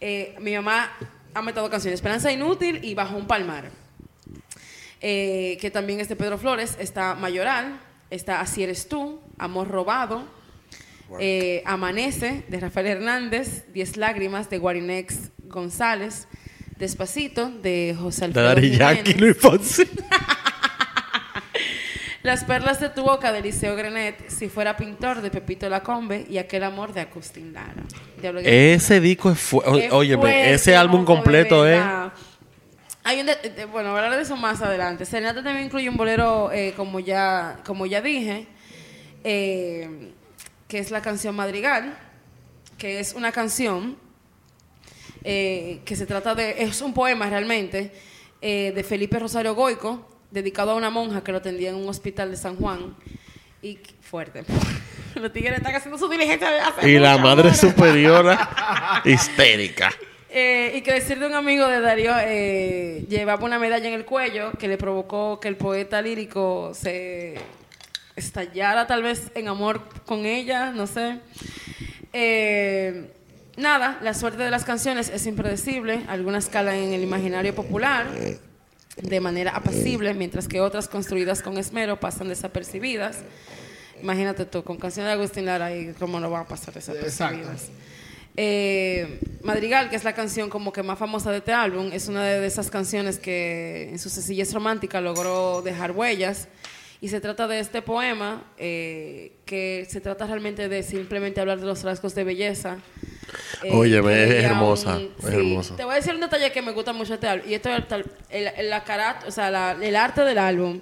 Speaker 2: Eh, mi mamá ha metido canciones Esperanza Inútil y Bajo un Palmar, eh, que también es de Pedro Flores. Está Mayoral, está Así eres tú, Amor robado, eh, Amanece de Rafael Hernández, Diez lágrimas de Guarinex González, Despacito de José
Speaker 3: De
Speaker 2: Alfredo.
Speaker 3: Dari
Speaker 2: Jiménez.
Speaker 3: Yankee, Luis Fonsi.
Speaker 2: Las perlas de tu boca de Liceo Grenet, Si fuera pintor de Pepito Lacombe y Aquel amor de Agustín Lara. Diablo, que-
Speaker 3: Ese disco es
Speaker 2: Qué
Speaker 3: fuerte. Óyeme,
Speaker 2: fuerte,
Speaker 3: pues, ese álbum
Speaker 2: loco, de
Speaker 3: completo ¿eh? es...
Speaker 2: verdad. Hay un de- de- bueno, hablar de eso más adelante. Serenata también incluye un bolero, eh, como, ya, como ya dije, eh, que es la canción Madrigal, que es una canción eh, que se trata de, es un poema realmente, eh, de Felipe Rosario Goico, dedicado a una monja que lo atendía en un hospital de San Juan. Y fuerte. [laughs] Los tigres están haciendo su diligencia. de hace
Speaker 3: Y la
Speaker 2: muchas
Speaker 3: madre
Speaker 2: horas. [laughs]
Speaker 3: superiora histérica.
Speaker 2: Eh, y que decir de un amigo de Darío eh, llevaba una medalla en el cuello que le provocó que el poeta lírico se estallara tal vez en amor con ella, no sé. Eh, nada, la suerte de las canciones es impredecible, algunas calan en el imaginario popular de manera apacible, mientras que otras construidas con esmero pasan desapercibidas. Imagínate tú, con canciones de Agustín Lara y cómo no van a pasar desapercibidas.
Speaker 6: Exacto.
Speaker 2: Eh, Madrigal, que es la canción como que más famosa de este álbum, es una de esas canciones que en su sencillez romántica logró dejar huellas. Y se trata de este poema eh, que se trata realmente de simplemente hablar de los rasgos de belleza.
Speaker 3: Óyeme,
Speaker 2: Eh, que
Speaker 3: es
Speaker 2: veía
Speaker 3: hermosa, es
Speaker 2: sí.
Speaker 3: hermosa.
Speaker 2: Te voy a decir un detalle que me gusta mucho de este álbum. Y esto es el, tal- el- la cara, o sea, la- el arte del álbum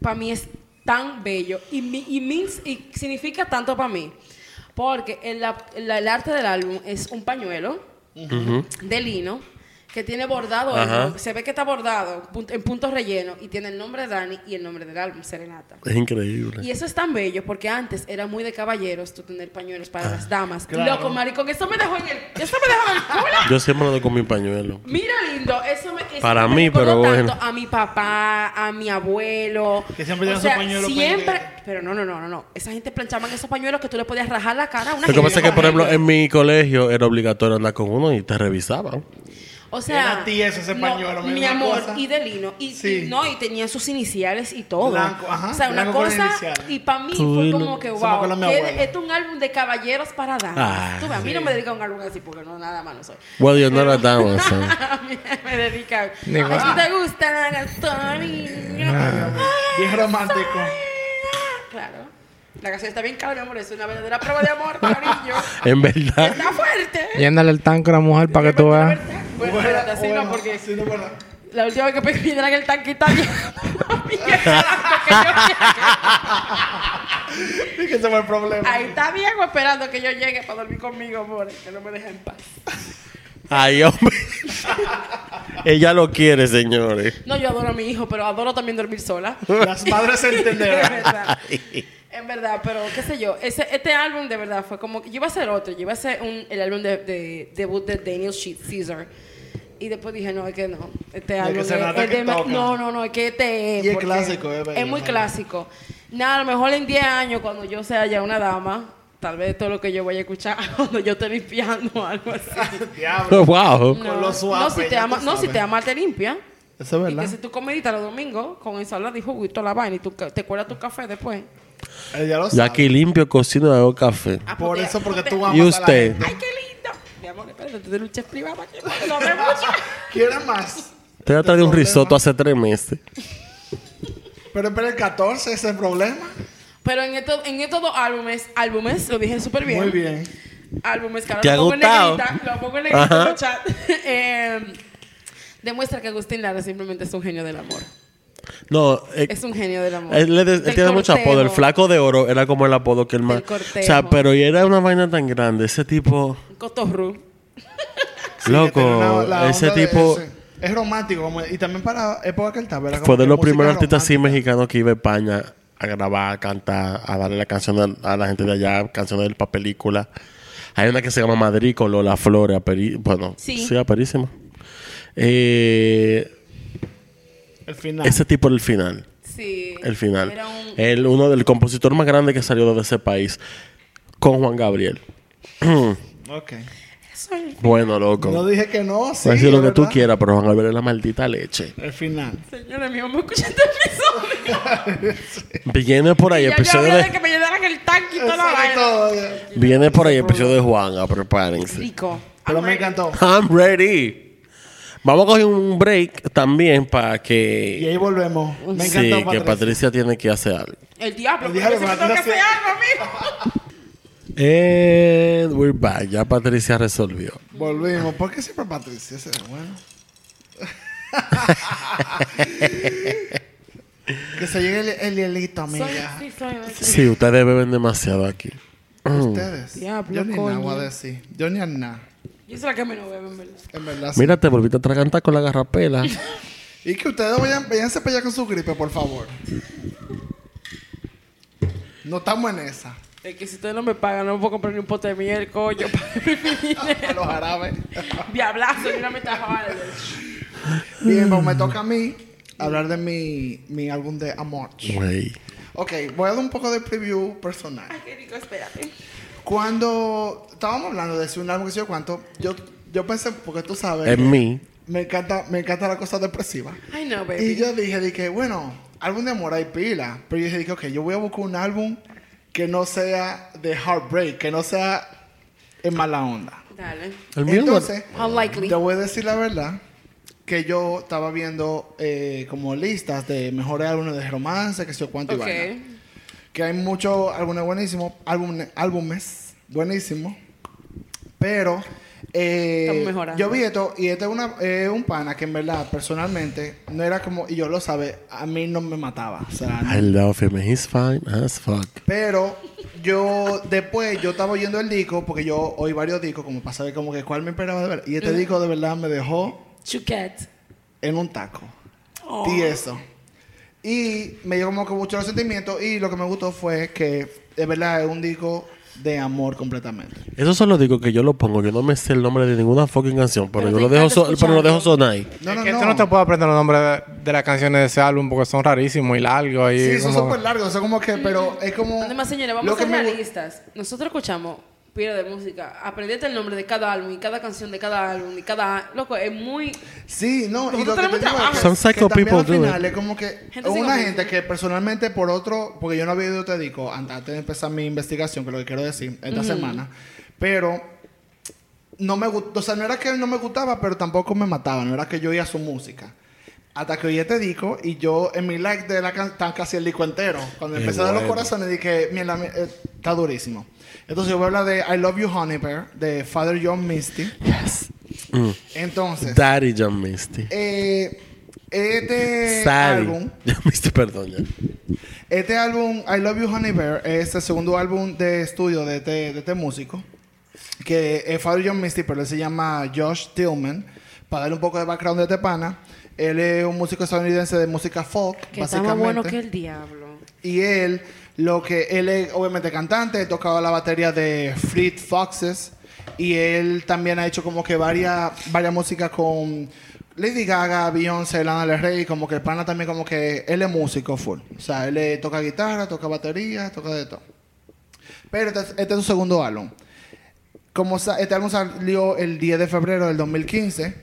Speaker 2: para mí es tan bello y, mi- y, means- y significa tanto para mí. Porque el, la- la- el arte del álbum es un pañuelo de lino que tiene bordado.
Speaker 3: Ajá.
Speaker 2: algo. Se ve que está bordado pun- en puntos rellenos y tiene el nombre de Dani y el nombre del álbum, Serenata.
Speaker 3: Es increíble.
Speaker 2: Y eso es tan bello porque antes era muy de caballeros tú tener pañuelos
Speaker 3: Ah,
Speaker 2: para las damas.
Speaker 6: claro.
Speaker 2: Loco, maricón, eso me dejó en el. Eso me dejó en el culo.
Speaker 3: Yo siempre ando con mi pañuelo.
Speaker 2: Mira, lindo, eso me. eso
Speaker 3: Para
Speaker 2: me
Speaker 3: mí,
Speaker 2: recordó
Speaker 3: pero
Speaker 2: tanto
Speaker 3: bueno.
Speaker 2: A mi papá, a mi abuelo.
Speaker 4: Que siempre
Speaker 2: O
Speaker 4: llevan su
Speaker 2: sea,
Speaker 4: pañuelo
Speaker 2: Siempre.
Speaker 4: pendiente.
Speaker 2: Pero no, no, no, no, no. Esa gente planchaban esos pañuelos que tú le podías rajar la cara a una
Speaker 3: Lo que
Speaker 2: gente
Speaker 3: pasa es que,
Speaker 2: con
Speaker 3: por ejemplo,
Speaker 2: ellos.
Speaker 3: en mi colegio era obligatorio andar con uno y te revisaban.
Speaker 2: O sea,
Speaker 4: Era tieso ese pañuelo,
Speaker 2: mi
Speaker 4: mira, una
Speaker 2: amor,
Speaker 4: cosa.
Speaker 2: y de lino, y,
Speaker 4: Sí.
Speaker 2: y no, y tenía sus iniciales y todo.
Speaker 4: Blanco, ajá,
Speaker 2: o sea, una
Speaker 4: blanco con
Speaker 2: cosa,
Speaker 4: iniciales.
Speaker 2: y para mí
Speaker 3: Tú
Speaker 2: fue
Speaker 3: dilo.
Speaker 2: como que,
Speaker 4: Eso me
Speaker 2: wow,
Speaker 4: acuerdo de mi
Speaker 2: que
Speaker 4: abuela.
Speaker 2: esto es un álbum de caballeros para damas.
Speaker 3: Ah,
Speaker 2: Tú ves, a mí no me dedica a un álbum así porque no nada más no soy.
Speaker 3: Well, you're not
Speaker 2: [laughs]
Speaker 3: a dama, so.
Speaker 2: a mí me dedican.
Speaker 5: Ni
Speaker 2: Ay,
Speaker 5: va.
Speaker 2: si te gusta la gasolina.
Speaker 4: Ah, Bien romántico.
Speaker 2: Claro. La canción está bien cabrón, amor. Es una verdadera prueba de amor, cariño.
Speaker 3: [laughs] En verdad.
Speaker 2: Está fuerte.
Speaker 5: Lléndale el tanque a la mujer para que tú veas.
Speaker 2: Bueno, espérate, así no, porque
Speaker 4: Sí, no, verdad.
Speaker 2: La última vez que pedí piedra en el tanque Italia.
Speaker 4: Dije, ese fue el problema.
Speaker 2: [laughs] Ahí está Diego esperando que yo llegue para dormir conmigo, amor. Que no me deja en paz.
Speaker 3: Ay, hombre. Ella lo quiere, señores.
Speaker 2: No, yo adoro a mi hijo, pero adoro también dormir sola.
Speaker 4: Las madres se
Speaker 2: [laughs] Es
Speaker 4: entenderán.
Speaker 2: verdad. En verdad, pero qué sé yo. Ese, este álbum de verdad fue como. que Yo iba a hacer otro. Yo iba a hacer un, el álbum de, de- debut de Daniel She- Caesar. Y después dije, no, es que no. Este álbum
Speaker 4: se nota
Speaker 2: es
Speaker 4: que
Speaker 2: dema-
Speaker 4: toca.
Speaker 2: No, no, no, es que este
Speaker 4: Y es
Speaker 2: porque
Speaker 4: clásico, eh, es bello,
Speaker 2: muy
Speaker 4: ¿no?
Speaker 2: clásico. Nada, a lo mejor en 10 años, cuando yo sea ya una dama, tal vez todo lo que yo voy a escuchar [laughs] cuando yo esté limpiando o algo así.
Speaker 4: Diablo.
Speaker 3: Wow.
Speaker 4: [laughs] Con los
Speaker 2: no,
Speaker 4: suaves,
Speaker 2: si te
Speaker 4: ya
Speaker 2: ama,
Speaker 4: tú
Speaker 2: no, si
Speaker 4: sabes.
Speaker 2: te ama, te limpia.
Speaker 6: Eso es
Speaker 2: Y que
Speaker 6: verdad.
Speaker 2: si tú comeditas los domingos con ensalada y juguito la vaina y tú ca- te cuelas tu café después.
Speaker 6: Eh, ya lo
Speaker 3: Yo
Speaker 6: sabe.
Speaker 3: aquí limpio, cocino y hago café.
Speaker 2: Ah,
Speaker 4: Por
Speaker 2: porque-
Speaker 4: eso, porque
Speaker 2: porque-
Speaker 4: tú amas
Speaker 3: ¿Y
Speaker 4: a la
Speaker 3: usted?
Speaker 4: gente.
Speaker 2: ¡Ay, qué lindo! Mi amor, espérate, tú tienes un chef privado aquí. No me mucho.
Speaker 4: ¿Quieres más?
Speaker 3: Te voy a traer un
Speaker 4: Problema.
Speaker 3: risotto hace tres meses.
Speaker 4: Pero espera, el 14 ese es el problema.
Speaker 2: Pero en, esto- en estos dos álbumes, álbumes, lo dije súper bien.
Speaker 6: Muy bien.
Speaker 2: Álbumes, que ahora
Speaker 3: ¿Te
Speaker 2: lo
Speaker 3: ha
Speaker 2: pongo en
Speaker 3: gustado?
Speaker 2: negrita, lo pongo en negrita en
Speaker 3: Ajá.
Speaker 2: el chat. [laughs] Eh, demuestra que Agustín Lara simplemente es un genio del amor.
Speaker 3: No, eh,
Speaker 2: Es un genio del amor.
Speaker 3: él, le de- él
Speaker 2: Del
Speaker 3: tiene mucho apodo. El
Speaker 2: cortejo.
Speaker 3: flaco de oro era como el apodo que él más.
Speaker 2: Del cortejo.
Speaker 3: O sea, pero y era una vaina tan grande. Ese tipo.
Speaker 2: Un Cotorru.
Speaker 3: loco.
Speaker 4: Que tiene una- la
Speaker 3: ese
Speaker 4: onda de
Speaker 3: tipo.
Speaker 4: ese. Es romántico. como- y también para época que él está, ¿verdad? Como
Speaker 3: Fue de
Speaker 4: que
Speaker 3: los
Speaker 4: música
Speaker 3: primeros artistas así
Speaker 4: romántica.
Speaker 3: mexicanos que iba a España a grabar, a cantar, a darle la canción a, a la gente de allá, canciones de la película. Hay una que se llama Madrid con Lola Flores, aperi- bueno,
Speaker 2: Sí.
Speaker 3: sí, aperísima. Eh,
Speaker 4: El final.
Speaker 3: ese tipo era el final,
Speaker 2: Sí.
Speaker 3: el final.
Speaker 2: Era un...
Speaker 3: El uno del compositor más grande que salió de ese país, con Juan Gabriel.
Speaker 4: Ok.
Speaker 2: Soy
Speaker 3: Bueno, loco.
Speaker 4: No dije que no. Sí,
Speaker 3: Puedes decir lo que tú
Speaker 4: ¿verdad?
Speaker 3: quieras, pero Juan Gabriel es la maldita leche.
Speaker 4: El final.
Speaker 2: señora, mi mamá escucha este episodio.
Speaker 3: Viene por ahí,
Speaker 2: Y ya yo
Speaker 3: episodio
Speaker 2: hablé de
Speaker 3: de,
Speaker 2: que me llenaran el tanque y toda la
Speaker 4: Sobre
Speaker 2: vaina.
Speaker 4: todo, eh.
Speaker 3: viene por ahí, episodio de Juan, prepárense.
Speaker 2: Rico.
Speaker 4: Pero
Speaker 2: I'm ready.
Speaker 4: me encantó.
Speaker 3: I'm ready. Vamos a coger un break también para
Speaker 4: Y
Speaker 3: que.
Speaker 4: ahí volvemos. Me
Speaker 3: sí,
Speaker 4: encantó.
Speaker 3: que Patricia tiene que hacer algo.
Speaker 2: El diablo.
Speaker 4: El
Speaker 2: porque
Speaker 4: diablo,
Speaker 2: yo siempre tengo
Speaker 4: pero
Speaker 2: que
Speaker 4: tú
Speaker 2: hacer
Speaker 4: no
Speaker 2: algo, mijo.
Speaker 3: And we're back. Ya Patricia resolvió.
Speaker 4: Volvimos. ¿Por qué siempre Patricia? Ese
Speaker 3: [laughs]
Speaker 4: es bueno. que se llegue el, el hielito, amiga.
Speaker 2: Soy, sí, soy.
Speaker 3: Sí, ustedes beben demasiado aquí.
Speaker 4: Ustedes.
Speaker 2: Diablo,
Speaker 4: yo ni nada
Speaker 2: coño.
Speaker 4: voy a decir. Yo ni a nada.
Speaker 2: Yo soy la que menos bebe, en verdad.
Speaker 4: En verdad. sí.
Speaker 3: Mira, te volviste a tragantar con la garrapela.
Speaker 4: Y que ustedes vayan, váyanse para allá con su gripe, por favor. No estamos en esa.
Speaker 2: Es que si ustedes no me pagan, no me puedo comprar ni un pote de miel, coño. [laughs]
Speaker 4: A los árabes.
Speaker 2: Diablazo, ni una metajada.
Speaker 4: Bien, pues me toca a mí hablar de mi, mi álbum de amor.
Speaker 3: Güey.
Speaker 4: Ok, voy a dar un poco de preview personal.
Speaker 2: Ay, qué rico, espérate.
Speaker 4: Cuando estábamos hablando de si un álbum que sé yo cuánto, yo, yo pensé, porque tú sabes,
Speaker 3: En mí.
Speaker 4: me encanta, me encanta la cosa depresiva.
Speaker 2: Ay, no,
Speaker 4: Y
Speaker 2: baby.
Speaker 4: yo dije, dije, bueno, álbum de amor hay pila. Pero yo dije, dije, ok, yo voy a buscar un álbum que no sea de heartbreak, que no sea en mala onda.
Speaker 2: Dale.
Speaker 3: El mío no-
Speaker 4: Entonces,
Speaker 2: Unlikely.
Speaker 4: te voy a decir la verdad que yo estaba viendo eh, como listas de mejores álbumes de romance, que sé yo cuánto y
Speaker 2: Ok.
Speaker 4: vaina. Que hay muchos álbumes buenísimos, álbumes, álbumes buenísimos, pero eh,
Speaker 2: Estamos mejorando.
Speaker 4: yo vi esto y este es una, eh, un pana que en verdad personalmente no era como, y yo lo sabe, a mí no me mataba. O sea, no-
Speaker 3: I love him. He's fine as fuck.
Speaker 4: pero yo después, yo estaba oyendo el disco, porque yo oí varios discos, como para saber como que cuál me esperaba de ver. Y este disco de verdad me dejó
Speaker 2: Chuquet.
Speaker 4: en un taco. Tieso. Y me dio como que mucho los sentimientos y lo que me gustó fue que, de verdad, es un disco de amor completamente.
Speaker 3: Esos son los discos que yo lo pongo. Yo no me sé el nombre de ninguna fucking canción, pero,
Speaker 2: Pero
Speaker 3: yo
Speaker 2: te
Speaker 3: lo dejo,
Speaker 2: encanta
Speaker 3: so- pero lo dejo sonar ahí.
Speaker 4: No,
Speaker 5: Es
Speaker 4: no,
Speaker 5: que
Speaker 4: no.
Speaker 5: tú no te puedes aprender los nombres de, de las canciones de ese álbum porque son rarísimos y largos. Y
Speaker 4: Sí, son
Speaker 5: como-
Speaker 4: súper largos, son como que, pero es como...
Speaker 2: Además, señores,
Speaker 4: lo
Speaker 2: vamos a
Speaker 4: que
Speaker 2: ser
Speaker 4: me gu-
Speaker 2: realistas. Nosotros escuchamos piedra de música. Aprendete el nombre de cada álbum y cada canción de cada álbum y cada... Loco, es muy...
Speaker 4: Sí, no, y
Speaker 2: Nosotros
Speaker 4: lo que te
Speaker 2: tenemos
Speaker 4: digo es
Speaker 2: trabajo.
Speaker 4: que-
Speaker 3: Some
Speaker 4: que
Speaker 3: psycho
Speaker 4: también
Speaker 3: people
Speaker 4: al
Speaker 3: do it.
Speaker 4: final es como que
Speaker 2: Gente
Speaker 4: una
Speaker 2: psicópata.
Speaker 4: gente que personalmente por otro, porque yo no había ido a este disco antes antes de empezar mi investigación, que es lo que quiero decir esta semana, pero no me gustó, o sea, no era que no me gustaba, pero tampoco me mataba, no era que yo oía su música. Hasta que oí este disco y yo en mi like de la canción estaba casi el disco entero. Cuando
Speaker 3: Qué
Speaker 4: empecé a dar los
Speaker 3: bueno.
Speaker 4: corazones dije, mira, mi- eh, está durísimo. Entonces yo voy a hablar de I Love You Honey Bear, de Father John Misty.
Speaker 3: Mm.
Speaker 4: Entonces...
Speaker 3: Daddy John Misty.
Speaker 4: Eh, este
Speaker 3: Saddy.
Speaker 4: álbum,
Speaker 3: [laughs] John Misty, perdón. ya.
Speaker 4: este álbum I Love You Honey Bear es el segundo álbum de estudio de este, de este músico que es Father John Misty, pero él se llama Josh Tillman. Para darle un poco de background de este pana, él es un músico estadounidense de música folk,
Speaker 2: Que estaba
Speaker 4: básicamente.
Speaker 2: bueno que el diablo.
Speaker 4: Y él, lo que él es obviamente cantante, tocaba la batería de Fleet Foxes. Y él también ha hecho como que varias, varias músicas con Lady Gaga, Beyoncé, Lana Del Rey. Como que el pana también como que él es músico full. O sea, él eh, toca guitarra, toca batería, toca de todo. Pero este, este es su segundo álbum. Como sa- este álbum salió el 10 de febrero del 2015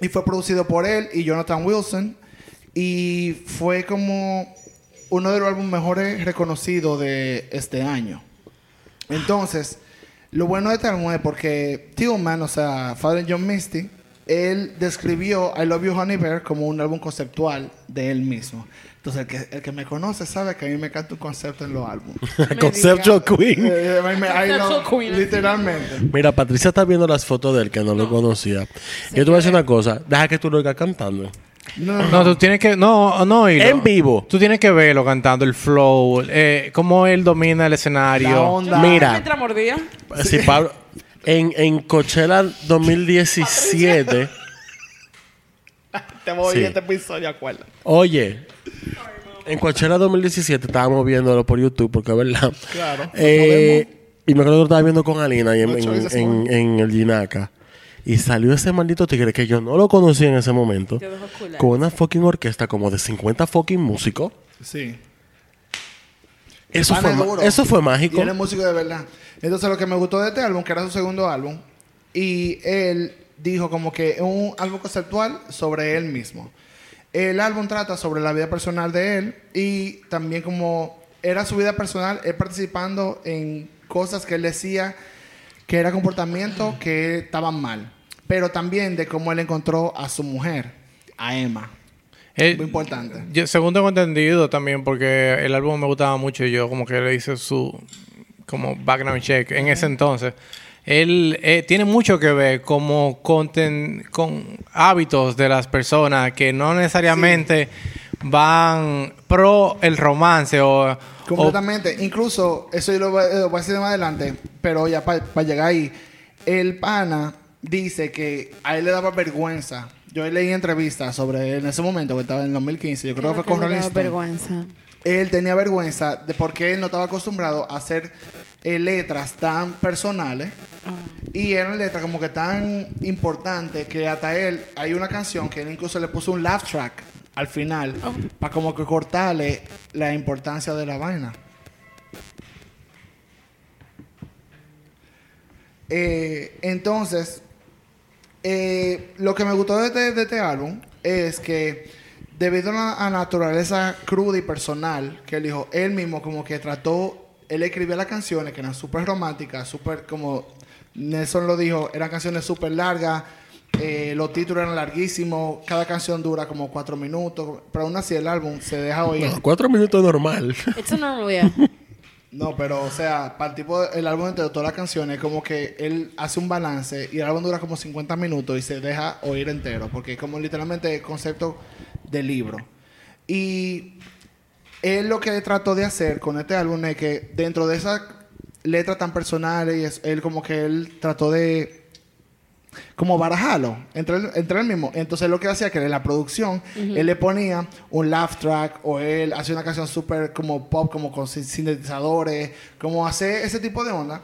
Speaker 4: y fue producido por él y Jonathan Wilson y fue como uno de los álbumes mejores reconocidos de este año. Entonces, lo bueno de este álbum es porque Tillman, o sea, Father John Misty, él describió I Love You Honey Bear como un álbum conceptual de él mismo. Entonces, el que, el que me conoce sabe que a mí me encanta un concepto en los álbumes.
Speaker 3: Conceptual Queen.
Speaker 4: Eh, I mean, I love-
Speaker 2: Queen.
Speaker 4: literalmente.
Speaker 3: Mira, Patricia está viendo las fotos de él que no, lo conocía. Yo te voy a decir una cosa. Deja que tú lo oigas cantando.
Speaker 4: No, no,
Speaker 5: No, tú tienes que. No, no, oírlo.
Speaker 3: En vivo.
Speaker 5: Tú tienes que verlo cantando, el flow, eh, cómo él domina el escenario.
Speaker 4: La onda.
Speaker 3: Mira.
Speaker 2: Mientras mordía.
Speaker 3: Si Pablo, en, en Coachella 2017,
Speaker 4: Te voy
Speaker 3: Sí.
Speaker 4: a este episodio, acuerda.
Speaker 3: oye, en Coachella 2017 estábamos viéndolo por YouTube, porque es verdad.
Speaker 4: Claro, no
Speaker 3: Eh, y me acuerdo que lo estaba viendo con Alina y en,
Speaker 4: No,
Speaker 3: en-
Speaker 4: choices,
Speaker 3: en- en el Ginaca. Y salió ese maldito tigre que yo no lo conocía en ese momento.
Speaker 2: Te dejó cular.
Speaker 3: Con una fucking orquesta como de 50 fucking músicos.
Speaker 4: Sí.
Speaker 3: Eso,
Speaker 4: Pana
Speaker 3: fue,
Speaker 4: es
Speaker 3: ma-
Speaker 4: duro.
Speaker 3: eso fue
Speaker 4: Y
Speaker 3: mágico.
Speaker 4: él es músico de verdad. Entonces, lo que me gustó de este álbum, que era su segundo álbum, y él dijo como que es un álbum conceptual sobre él mismo. El álbum trata sobre la vida personal de él y también como era su vida personal, él participando en cosas que él decía que era comportamiento que estaban mal. Pero también de cómo él encontró a su mujer, a Emma.
Speaker 5: Eh,
Speaker 4: Muy importante.
Speaker 5: yo- según tengo entendido también, porque el álbum me gustaba mucho y yo como que le hice su como background check en ese entonces. Él eh, tiene mucho que ver como conten- con hábitos de las personas que no necesariamente van pro el romance o, o
Speaker 4: Completamente. Incluso, eso yo lo voy, eh, lo voy a decir más adelante, pero ya para llegar ahí, el pana dice que a él le daba vergüenza. Yo leí entrevistas sobre él en ese momento, que estaba en 2015, yo creo que fue con Rolling Stone.
Speaker 2: vergüenza.
Speaker 4: Él tenía vergüenza de porque él no estaba acostumbrado a hacer eh, letras tan personales y eran letras como que tan importantes que hasta él, hay una canción que él incluso le puso un laugh track al final para como que cortarle la importancia de la vaina. Eh, entonces, eh, lo que me gustó de este, de este álbum es que debido a la a naturaleza cruda y personal que él dijo, él mismo como que trató, él escribía las canciones que eran súper románticas, súper como Nelson lo dijo, eran canciones súper largas, eh, los títulos eran larguísimos, cada canción dura como cuatro minutos, pero aún así el álbum se deja oír.
Speaker 3: No, cuatro minutos normal.
Speaker 2: It's a normal, yeah.
Speaker 4: [laughs] No, pero o sea, para el tipo, el álbum entre todas las canciones, como que él hace un balance y el álbum dura como 50 minutos y se deja oír entero, porque es como literalmente el concepto de libro. Y él lo que trató de hacer con este álbum es que dentro de esas letras tan personales, y es- él como que él trató de como barajarlo entre el, entre él mismo. Entonces lo que hacía que en la producción él le ponía un laugh track o él hacía una canción súper como pop, como con sin- sintetizadores, como hacer ese tipo de onda.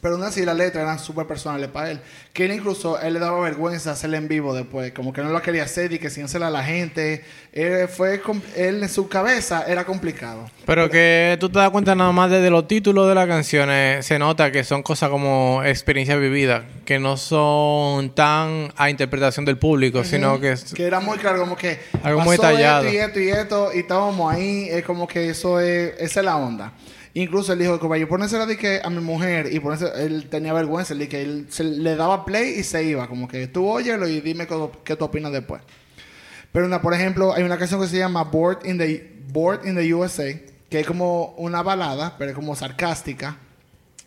Speaker 4: Pero aún así las letras eran súper personales para él. Que él incluso, él le daba vergüenza hacerla en vivo después. Como que no lo quería hacer y que sin hacerla a la gente. Él, fue, com- él en su cabeza era complicado.
Speaker 5: Pero que tú te das cuenta nada más desde los títulos de las canciones, se nota que son cosas como experiencias vividas, que no son tan a interpretación del público, sino que
Speaker 4: [laughs]
Speaker 5: es-
Speaker 4: Que era muy claro, como que
Speaker 5: Algo muy
Speaker 4: pasó
Speaker 5: detallado.
Speaker 4: esto y esto y esto y estábamos ahí, es como que eso es, esa es la onda. Incluso él dijo que para yo ponérsela de que a mi mujer y ponerse, él tenía vergüenza, de que él se, le daba play y se iba, como que tú óyelo y dime qué, qué tú opinas después. Pero una, por ejemplo, hay una canción que se llama Bored in the Bored in the USA, que es como una balada, pero es como sarcástica,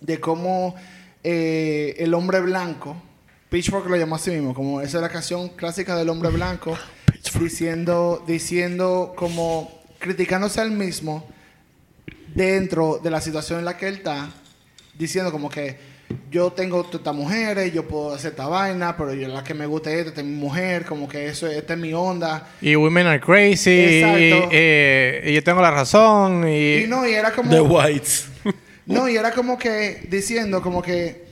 Speaker 4: de cómo eh, el hombre blanco, Pitchfork lo llamó así mismo, como esa es la canción clásica del hombre blanco, diciendo, diciendo como criticándose al mismo dentro de la situación en la que él está, diciendo como que yo tengo estas mujeres, yo puedo hacer esta vaina, pero yo la que me gusta es esta, esta es mi mujer, como que eso, esta es mi onda.
Speaker 5: y Women Are Crazy, y,
Speaker 4: Exacto.
Speaker 5: eh, y yo tengo la razón, y,
Speaker 4: Y no, y era como...
Speaker 3: The Whites.
Speaker 4: No, y era como que diciendo como que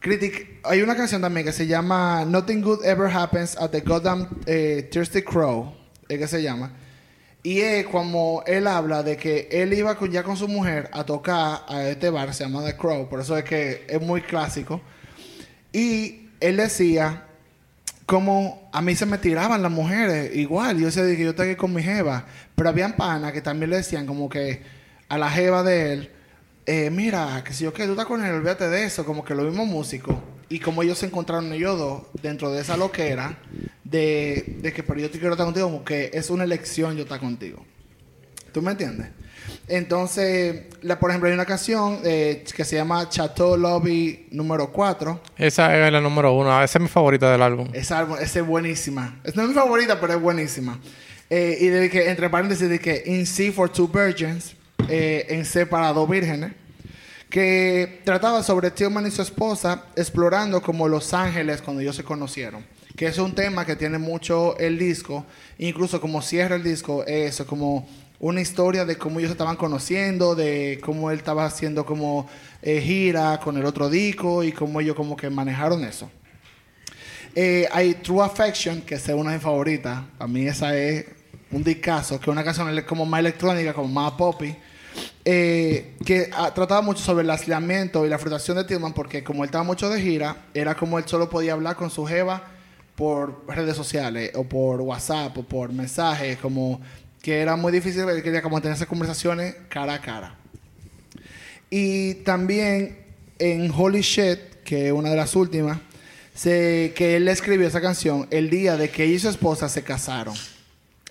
Speaker 4: critic hay una canción también que se llama Nothing Good Ever Happens at the Goddamn eh, Thirsty Crow, es que se llama. Y es como él habla de que él iba con- ya con su mujer a tocar a este bar, se llama The Crow, por eso es que es muy clásico. Y él decía como a mí se me tiraban las mujeres igual. Yo sé que yo estaba con mi jeva. Pero habían panas que también le decían como que a la jeva de él, eh, mira, que si yo que tú estás con él, olvídate de eso. Como que lo mismo músico. Y como ellos se encontraron ellos dos dentro de esa loquera de, de que pero yo te quiero estar contigo, como que es una elección yo estar contigo. ¿Tú me entiendes? Entonces, la, por ejemplo, hay una canción eh, que se llama Chateau Lobby número 4.
Speaker 5: esa es la número uno, esa es mi favorita del álbum.
Speaker 4: Esa, álbum- esa es buenísima. Es no es mi favorita, pero es buenísima. Eh, y de que, entre paréntesis, de que In C for Two Virgins, eh, en C para dos vírgenes, que trataba sobre Tillman y su esposa explorando como Los Ángeles cuando ellos se conocieron. Que es un tema que tiene mucho el disco, incluso como cierra el disco, eso, como una historia de cómo ellos estaban conociendo, de cómo él estaba haciendo como eh, gira con el otro disco y cómo ellos como que manejaron eso. Eh, hay True Affection, que esa es una de mis favoritas. Para mí esa es un discazo, que es una canción ele- como más electrónica, como más poppy. eh, que ah, trataba mucho sobre el aislamiento y la frustración de Tillman porque como él estaba mucho de gira, era como él solo podía hablar con su jeva por redes sociales o por WhatsApp o por mensajes, como que era muy difícil, él quería como tener esas conversaciones cara a cara. Y también en Holy Shit, que es una de las últimas, se, que él escribió esa canción el día de que ella y su esposa se casaron.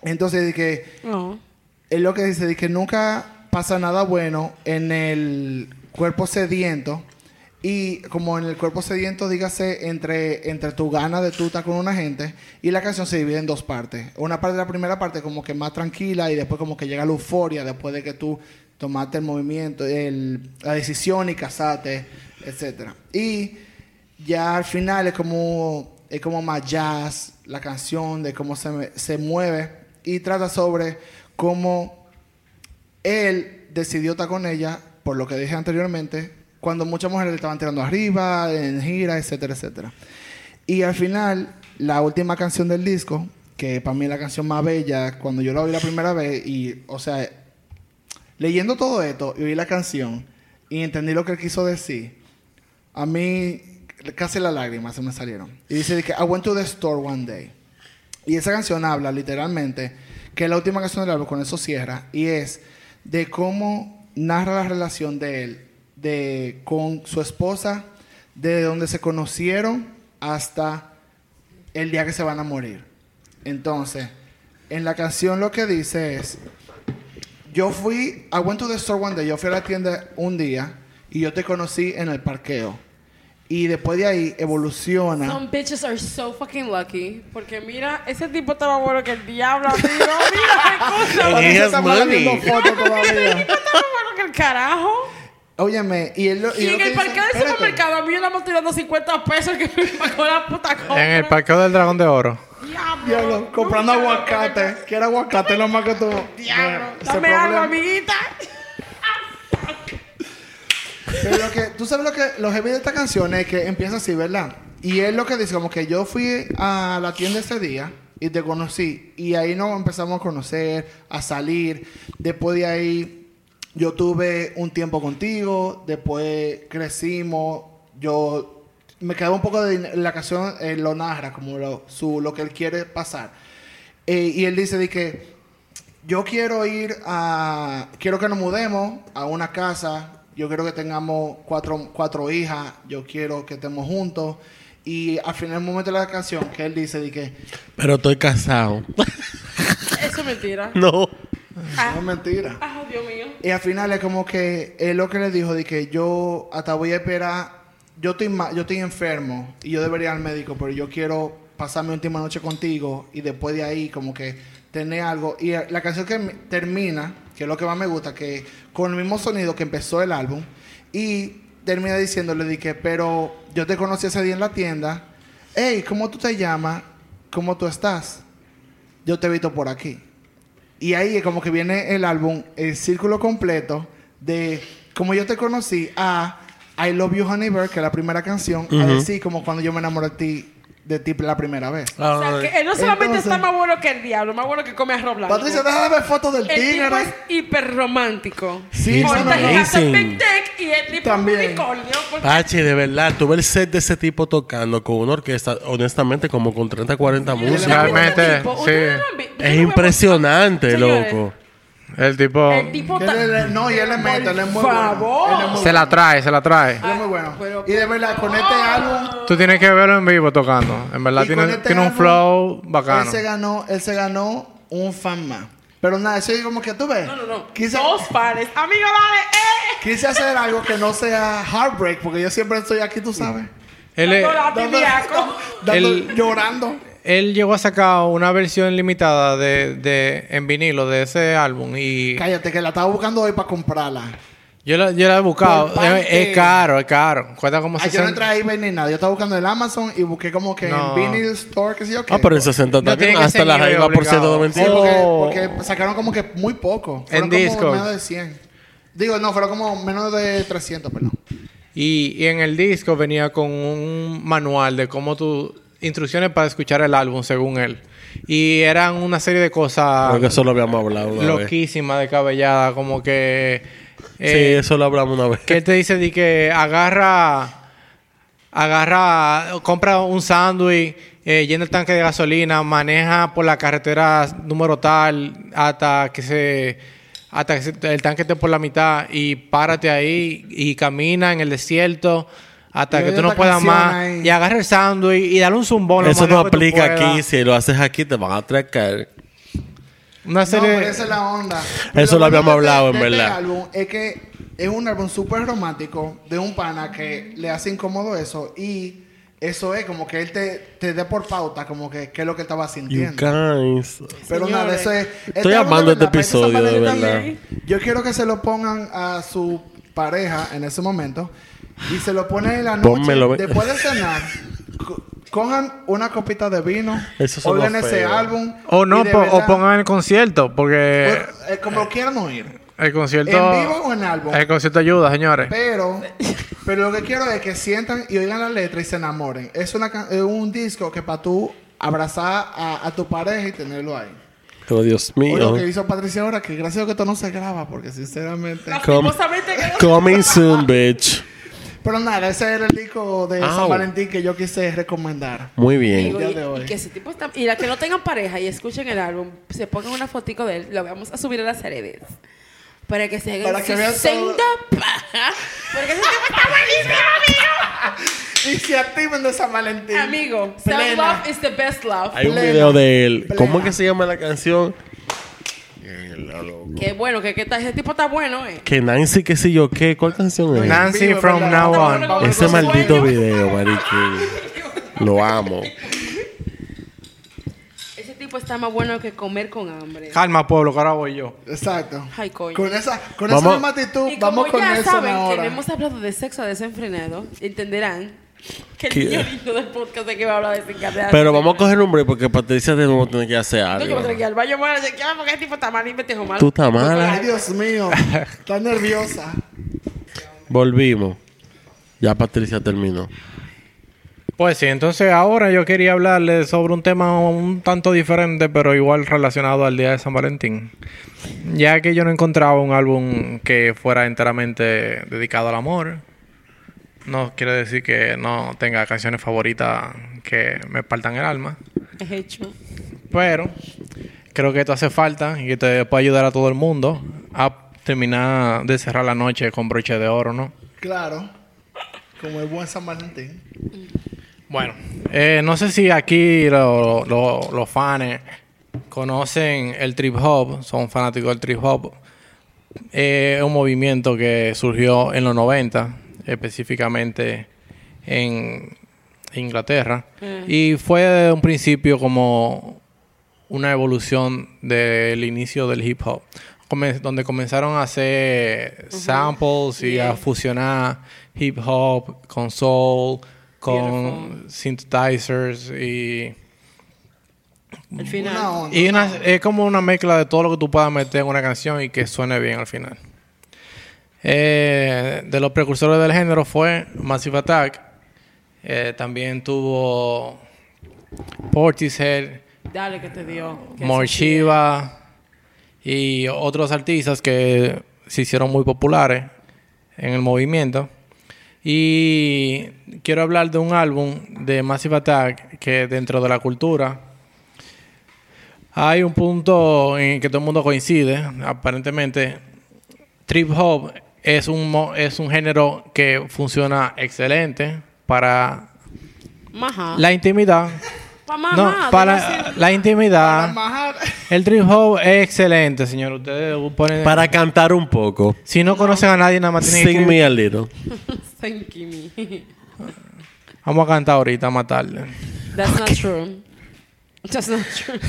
Speaker 4: Entonces, de que
Speaker 2: No.
Speaker 4: él lo que dice, de que nunca pasa nada bueno en el cuerpo sediento. Y como en el cuerpo sediento, dígase, entre, entre tu gana de tú estar con una gente. Y la canción se divide en dos partes. Una parte, la primera parte como que más tranquila y después como que llega la euforia después de que tú tomaste el movimiento, el- la decisión y casaste, etcétera. Y ya al final es como es como más jazz la canción de cómo se, me- se mueve y trata sobre cómo él decidió estar con ella por lo que dije anteriormente cuando muchas mujeres le estaban tirando arriba en gira etcétera etcétera y al final la última canción del disco que para mí es la canción más bella cuando yo la oí la primera vez y o sea leyendo todo esto y oí la canción y entendí lo que él quiso decir a mí casi las lágrimas se me salieron. Y dice de que I went to the store one day. Y esa canción habla literalmente, que es la última canción del álbum, con eso cierra, y es de cómo narra la relación de él de, con su esposa, desde donde se conocieron hasta el día que se van a morir. Entonces, en la canción lo que dice es, yo fui, I went to the store one day, yo fui a la tienda un día y yo te conocí en el parqueo. Y después de ahí evoluciona.
Speaker 2: Some bitches are so fucking lucky. Porque mira, ese tipo estaba bueno que el diablo amigo. Mira qué cosa.
Speaker 3: And he has
Speaker 4: [laughs] Estamos
Speaker 3: money.
Speaker 4: hablando fotos
Speaker 2: Ese
Speaker 4: todavía.
Speaker 2: tipo estaba bueno que el carajo.
Speaker 4: Óyeme, y él lo.
Speaker 2: Y
Speaker 4: lo
Speaker 2: en
Speaker 4: que
Speaker 2: el
Speaker 4: dice-
Speaker 2: parqueo del
Speaker 4: espérate.
Speaker 2: supermercado a mí me andamos tirando 50 pesos que me pagó la puta compra.
Speaker 5: En el parqueo del dragón de oro.
Speaker 2: Diablo.
Speaker 4: Diablo, comprando
Speaker 2: Nunca
Speaker 4: aguacate. Quiero aguacate lo más que tú.
Speaker 2: Diablo.
Speaker 4: Ese
Speaker 2: Dame algo,
Speaker 4: problema. [laughs]
Speaker 2: amiguita.
Speaker 4: Pero lo que, tú sabes lo que los heavy de esta canción es que empieza así, ¿verdad? Y él lo que dice, como que yo fui a la tienda ese día y te conocí. Y ahí nos empezamos a conocer, a salir. Después de ahí, yo tuve un tiempo contigo. Después crecimos. Yo me quedaba un poco de din- la canción, eh, lo narra, como lo, su, lo que él quiere pasar. Eh, y él dice de que yo quiero ir a. Quiero que nos mudemos a una casa. Yo quiero que tengamos cuatro, cuatro hijas. Yo quiero que estemos juntos. Y al final, el momento de la canción, que él dice, de que.
Speaker 3: Pero estoy casado.
Speaker 2: Eso es
Speaker 4: [laughs]
Speaker 2: mentira.
Speaker 3: [laughs] no.
Speaker 2: Ah,
Speaker 4: No es mentira.
Speaker 2: ah, Dios mío.
Speaker 4: Y al final es como que él lo que le dijo de que yo hasta voy a esperar, yo estoy, ma- yo estoy enfermo y yo debería ir al médico, pero yo quiero pasar mi última noche contigo y después de ahí como que tener algo. Y eh, la canción que me- termina, que es lo que más me gusta, que con el mismo sonido que empezó el álbum, y termina diciéndole de que, pero yo te conocí ese día en la tienda, hey, ¿cómo tú te llamas? ¿Cómo tú estás? Yo te he visto por aquí. Y ahí es como que viene el álbum, el círculo completo de como yo te conocí a I Love You Honey Bird, que es la primera canción, a decir como cuando yo me enamoré de ti, de ti la primera vez.
Speaker 2: O sea, que él no solamente
Speaker 4: Entonces-
Speaker 2: está más bueno que el diablo, más bueno que come arroz blanco.
Speaker 4: Patricia, déjame ver fotos del
Speaker 2: el tipo es
Speaker 4: tigre.
Speaker 2: hiperromántico.
Speaker 4: Sí,
Speaker 3: He's
Speaker 4: no, no,
Speaker 2: Ahorita
Speaker 4: no.
Speaker 2: es hasta el
Speaker 3: amazing.
Speaker 2: Big Tech y el tipo es un
Speaker 4: También.
Speaker 2: unicornio. porque-
Speaker 3: Pachi, de verdad, tuve el set de ese tipo tocando con una orquesta, honestamente, como con 30, 40 músicas.
Speaker 5: Realmente,
Speaker 2: Tipo,
Speaker 5: sí.
Speaker 2: ustedes no han vi- yo no
Speaker 3: Es
Speaker 2: veo-
Speaker 3: impresionante,
Speaker 2: Señores,
Speaker 3: loco.
Speaker 5: El tipo
Speaker 2: El tipo
Speaker 4: Que él
Speaker 2: está.
Speaker 4: le- no, y él le mete, él es muy
Speaker 2: Por
Speaker 4: bueno.
Speaker 2: favor.
Speaker 4: Él es muy
Speaker 5: se la trae, se la trae.
Speaker 4: él es muy bueno.
Speaker 2: Pero-
Speaker 4: y de verdad, con este álbum
Speaker 5: Tú tienes que verlo en vivo tocando. En verdad
Speaker 4: Y
Speaker 5: tiene,
Speaker 4: con este
Speaker 5: tiene un
Speaker 4: álbum,
Speaker 5: flow bacano.
Speaker 4: Él se ganó, él se ganó un fan más. Pero nada, eso es como que tú ves.
Speaker 2: No, no, no.
Speaker 4: Quise-
Speaker 2: Dos pares. Amigo, dale. ¡Eh!
Speaker 4: quise hacer algo que no sea heartbreak, porque yo siempre estoy aquí, tú sabes.
Speaker 5: Él, es-
Speaker 2: No, la
Speaker 4: Dando-
Speaker 2: tibiaco.
Speaker 4: dando-
Speaker 5: El-
Speaker 4: llorando.
Speaker 5: él llegó a sacar una versión limitada de, de- en vinilo de ese álbum y
Speaker 4: Cállate, que la estaba buscando hoy para comprarla.
Speaker 5: yo la, yo la he buscado.
Speaker 4: Por parte-
Speaker 5: Es, es caro, es caro. Cuesta como
Speaker 4: Ay, yo no
Speaker 5: 60.
Speaker 4: entré ahí ni nada. Yo estaba buscando en el Amazon y busqué como que
Speaker 5: No.
Speaker 4: en Vinyl Store, qué sé yo qué.
Speaker 3: Ah, pero en 60
Speaker 5: No tiene
Speaker 3: también.
Speaker 5: que
Speaker 3: Hasta
Speaker 5: ser
Speaker 3: la
Speaker 5: nivel
Speaker 3: raiva por
Speaker 5: obligado.
Speaker 3: 120.
Speaker 4: Sí, porque,
Speaker 5: Oh.
Speaker 4: porque sacaron como que muy poco. Fueron
Speaker 5: En
Speaker 4: como
Speaker 5: Discogs.
Speaker 4: menos de 100. Digo, no, fueron como menos de 300, perdón.
Speaker 5: Y, y en el disco venía con un manual de cómo tú... Instrucciones para escuchar el álbum, según él. Y eran una serie de cosas
Speaker 3: Creo que eso lo habíamos hablado una vez.
Speaker 5: loquísimas, descabelladas, como que...
Speaker 3: sí,
Speaker 5: eh,
Speaker 3: eso lo hablamos una vez.
Speaker 5: que él te dice de que agarra, agarra, compra un sándwich, eh, llena el tanque de gasolina, maneja por la carretera número tal hasta que se hasta que se- el tanque esté por la mitad y párate ahí y camina en el desierto hasta
Speaker 4: Y
Speaker 5: que
Speaker 4: hay
Speaker 5: tú no
Speaker 4: otra
Speaker 5: puedas
Speaker 4: canción
Speaker 5: más
Speaker 4: ahí.
Speaker 5: y agarra el sándwich y dale un zumbón. lo
Speaker 3: Eso
Speaker 5: más
Speaker 3: no
Speaker 5: lejos que tú
Speaker 3: aplica
Speaker 5: puedas.
Speaker 3: aquí. Si lo haces aquí, te van a atracar.
Speaker 5: Una
Speaker 4: No,
Speaker 5: serie
Speaker 4: pero esa es la onda.
Speaker 3: Eso lo habíamos
Speaker 4: bueno de-
Speaker 3: hablado, en
Speaker 4: de este
Speaker 3: verdad.
Speaker 4: álbum es que es un álbum súper romántico de un pana que le hace incómodo eso y eso es como que él te, te dé por pauta como que qué es lo que estaba
Speaker 3: You
Speaker 4: sintiendo.
Speaker 3: guys.
Speaker 4: Pero
Speaker 2: Señores.
Speaker 4: nada, eso es...
Speaker 3: Estoy
Speaker 4: álbum,
Speaker 3: amando este
Speaker 4: verdad, para esta
Speaker 3: episodio, de
Speaker 4: semana yo
Speaker 3: verdad.
Speaker 4: también- Yo quiero que se lo pongan a su pareja en ese momento y se lo ponen en la noche
Speaker 3: Pónmelo, ve-
Speaker 4: después de cenar. co- Cojan una copita de vino,
Speaker 3: Eso son los
Speaker 4: oigan ese
Speaker 3: feos.
Speaker 4: álbum.
Speaker 5: o no,
Speaker 4: y de
Speaker 5: po- o
Speaker 4: verdad-
Speaker 5: pongan el concierto, porque
Speaker 4: Bueno, eh, como quieran oír.
Speaker 5: el eh, concierto,
Speaker 4: ¿En vivo o en álbum?
Speaker 5: el concierto ayuda, señores.
Speaker 2: [laughs]
Speaker 4: Pero, pero lo que quiero es que sientan y oigan la letra y se enamoren. Es, una, ca- es un disco que para tú abrazar a, a tu pareja y tenerlo ahí.
Speaker 3: Oh, Dios
Speaker 4: O
Speaker 3: mío.
Speaker 4: lo que hizo Patricia ahora, que gracias a Dios que esto no se graba, porque sinceramente.
Speaker 3: Com-
Speaker 2: Lastimosamente que no-
Speaker 3: coming soon, bitch.
Speaker 4: Pero nada, ese era el disco
Speaker 5: Ah,
Speaker 4: de
Speaker 3: Au.
Speaker 5: oh.
Speaker 4: San Valentín que yo quise recomendar.
Speaker 3: Muy
Speaker 2: Digo,
Speaker 3: bien.
Speaker 4: día
Speaker 2: y,
Speaker 4: de hoy.
Speaker 2: y que ese tipo está, y la que no tengan pareja y escuchen el álbum, se pongan una fotico de él, lo vamos a subir a las redes. Para que se hagan
Speaker 4: Para que
Speaker 2: su
Speaker 4: vean todo.
Speaker 2: senda paja. Porque ese tipo está buenísimo,
Speaker 4: Y se activen de San Valentín.
Speaker 2: amigo. Amigo,
Speaker 4: Plena.
Speaker 2: self-love is the best love.
Speaker 3: Hay un
Speaker 4: Plena.
Speaker 3: video de él.
Speaker 4: Plena.
Speaker 3: ¿Cómo es que se llama la canción?
Speaker 2: Qué bueno, que, que ta- ese tipo está bueno, eh.
Speaker 3: Que Nancy, qué sé yo qué. ¿Cuál canción es?
Speaker 5: Nancy pues,
Speaker 4: Vivo,
Speaker 5: from
Speaker 4: ¿verdad?
Speaker 5: now
Speaker 4: Vamos,
Speaker 5: on.
Speaker 4: vamos,
Speaker 3: Ese
Speaker 4: vamos.
Speaker 3: maldito
Speaker 2: sueño.
Speaker 3: video, mariquín. Lo amo.
Speaker 2: Ese tipo tipo está más bueno que comer con hambre.
Speaker 5: Calma, pueblo, que ahora voy yo.
Speaker 4: Exacto.
Speaker 2: Ay, coño.
Speaker 4: Con esa, con
Speaker 3: Vamos-
Speaker 4: esa misma actitud,
Speaker 2: y
Speaker 4: vamos
Speaker 2: como
Speaker 4: con
Speaker 2: ya
Speaker 4: eso
Speaker 2: saben que
Speaker 4: ahora.
Speaker 2: no hemos hablado de sexo desenfrenado, entenderán que el
Speaker 3: ¿Qué?
Speaker 2: niño lindo del podcast de que va a hablar de desencadenado.
Speaker 3: Pero vamos a coger un break porque Patricia de nuevo tiene que hacer
Speaker 2: No, yo me tengo que ir
Speaker 3: algo.
Speaker 2: al baño, bueno, yo, ¿qué? porque este tipo está mal y me tejo mal.
Speaker 3: Tú estás
Speaker 4: Ay,
Speaker 3: mala.
Speaker 4: Dios
Speaker 5: [laughs]
Speaker 4: mío. Está nerviosa.
Speaker 3: Volvimos. Ya Patricia terminó.
Speaker 5: Pues sí, entonces ahora yo quería hablarles sobre un tema un tanto diferente, pero igual relacionado al Día de San Valentín. Ya que yo no encontraba un álbum que fuera enteramente dedicado al amor, no quiere decir que no tenga canciones favoritas que me partan el alma,
Speaker 2: Es hecho.
Speaker 5: pero creo que esto hace falta y te puede ayudar a todo el mundo a terminar de cerrar la noche con broche de oro, ¿no?
Speaker 4: Claro. Como el buen San Valentín.
Speaker 5: Bueno, eh, no sé si aquí lo- lo- los fans conocen el trip hop, son fanáticos del trip hop. Eh, es un movimiento que surgió en los 90, específicamente en Inglaterra. Y fue de un principio como una evolución del inicio del hip hop, Come- donde comenzaron a hacer samples y a
Speaker 2: Yeah.
Speaker 5: fusionar hip hop con soul, con synthesizers y,
Speaker 2: Al final.
Speaker 4: Una onda.
Speaker 5: y una- es como una mezcla de todo lo que tú puedas meter en una canción y que suene bien al final. Eh, de los precursores del género fue Massive Attack, Eh, también tuvo Portishead,
Speaker 2: Dale que te dio. que
Speaker 5: Morshiva y otros artistas que se hicieron muy populares en el movimiento. Y quiero hablar de un álbum de Massive Attack que dentro de la cultura hay un punto en que todo el mundo coincide, aparentemente. Trip hop es un, mo- es un género que funciona excelente para
Speaker 2: sí. Maja.
Speaker 5: la intimidad.
Speaker 2: Pa'
Speaker 5: No,
Speaker 2: mamá, debe
Speaker 5: para
Speaker 2: ser-
Speaker 5: la intimidad.
Speaker 4: Majar.
Speaker 5: El Dream Hop es excelente, señor. Ustedes ponen...
Speaker 3: Para cantar un poco.
Speaker 5: Si no conocen a nadie, nada más tienen que
Speaker 3: Sing
Speaker 5: escribir.
Speaker 3: me a little.
Speaker 2: Thank you, me.
Speaker 5: Vamos a cantar ahorita, a matarle.
Speaker 2: That's not true. That's not true.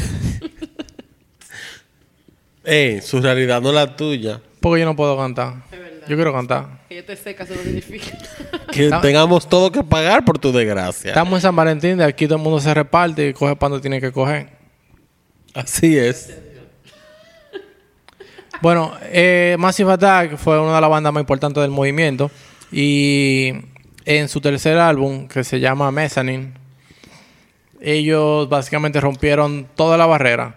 Speaker 2: [laughs]
Speaker 3: Ey, Eh, su realidad no es la tuya.
Speaker 5: Porque yo no puedo cantar.
Speaker 2: Es verdad.
Speaker 5: Yo quiero cantar.
Speaker 2: Que yo te seca, eso no significa.
Speaker 3: Que
Speaker 5: Está-
Speaker 3: tengamos todo que pagar por tu desgracia.
Speaker 5: Estamos en San Valentín, de aquí todo el mundo se reparte y coge cuando tiene que coger.
Speaker 3: Así es.
Speaker 5: Bueno, eh, Massive Attack fue una de las bandas más importantes del movimiento. Y en su tercer álbum, que se llama Mezzanine, ellos básicamente rompieron toda la barrera.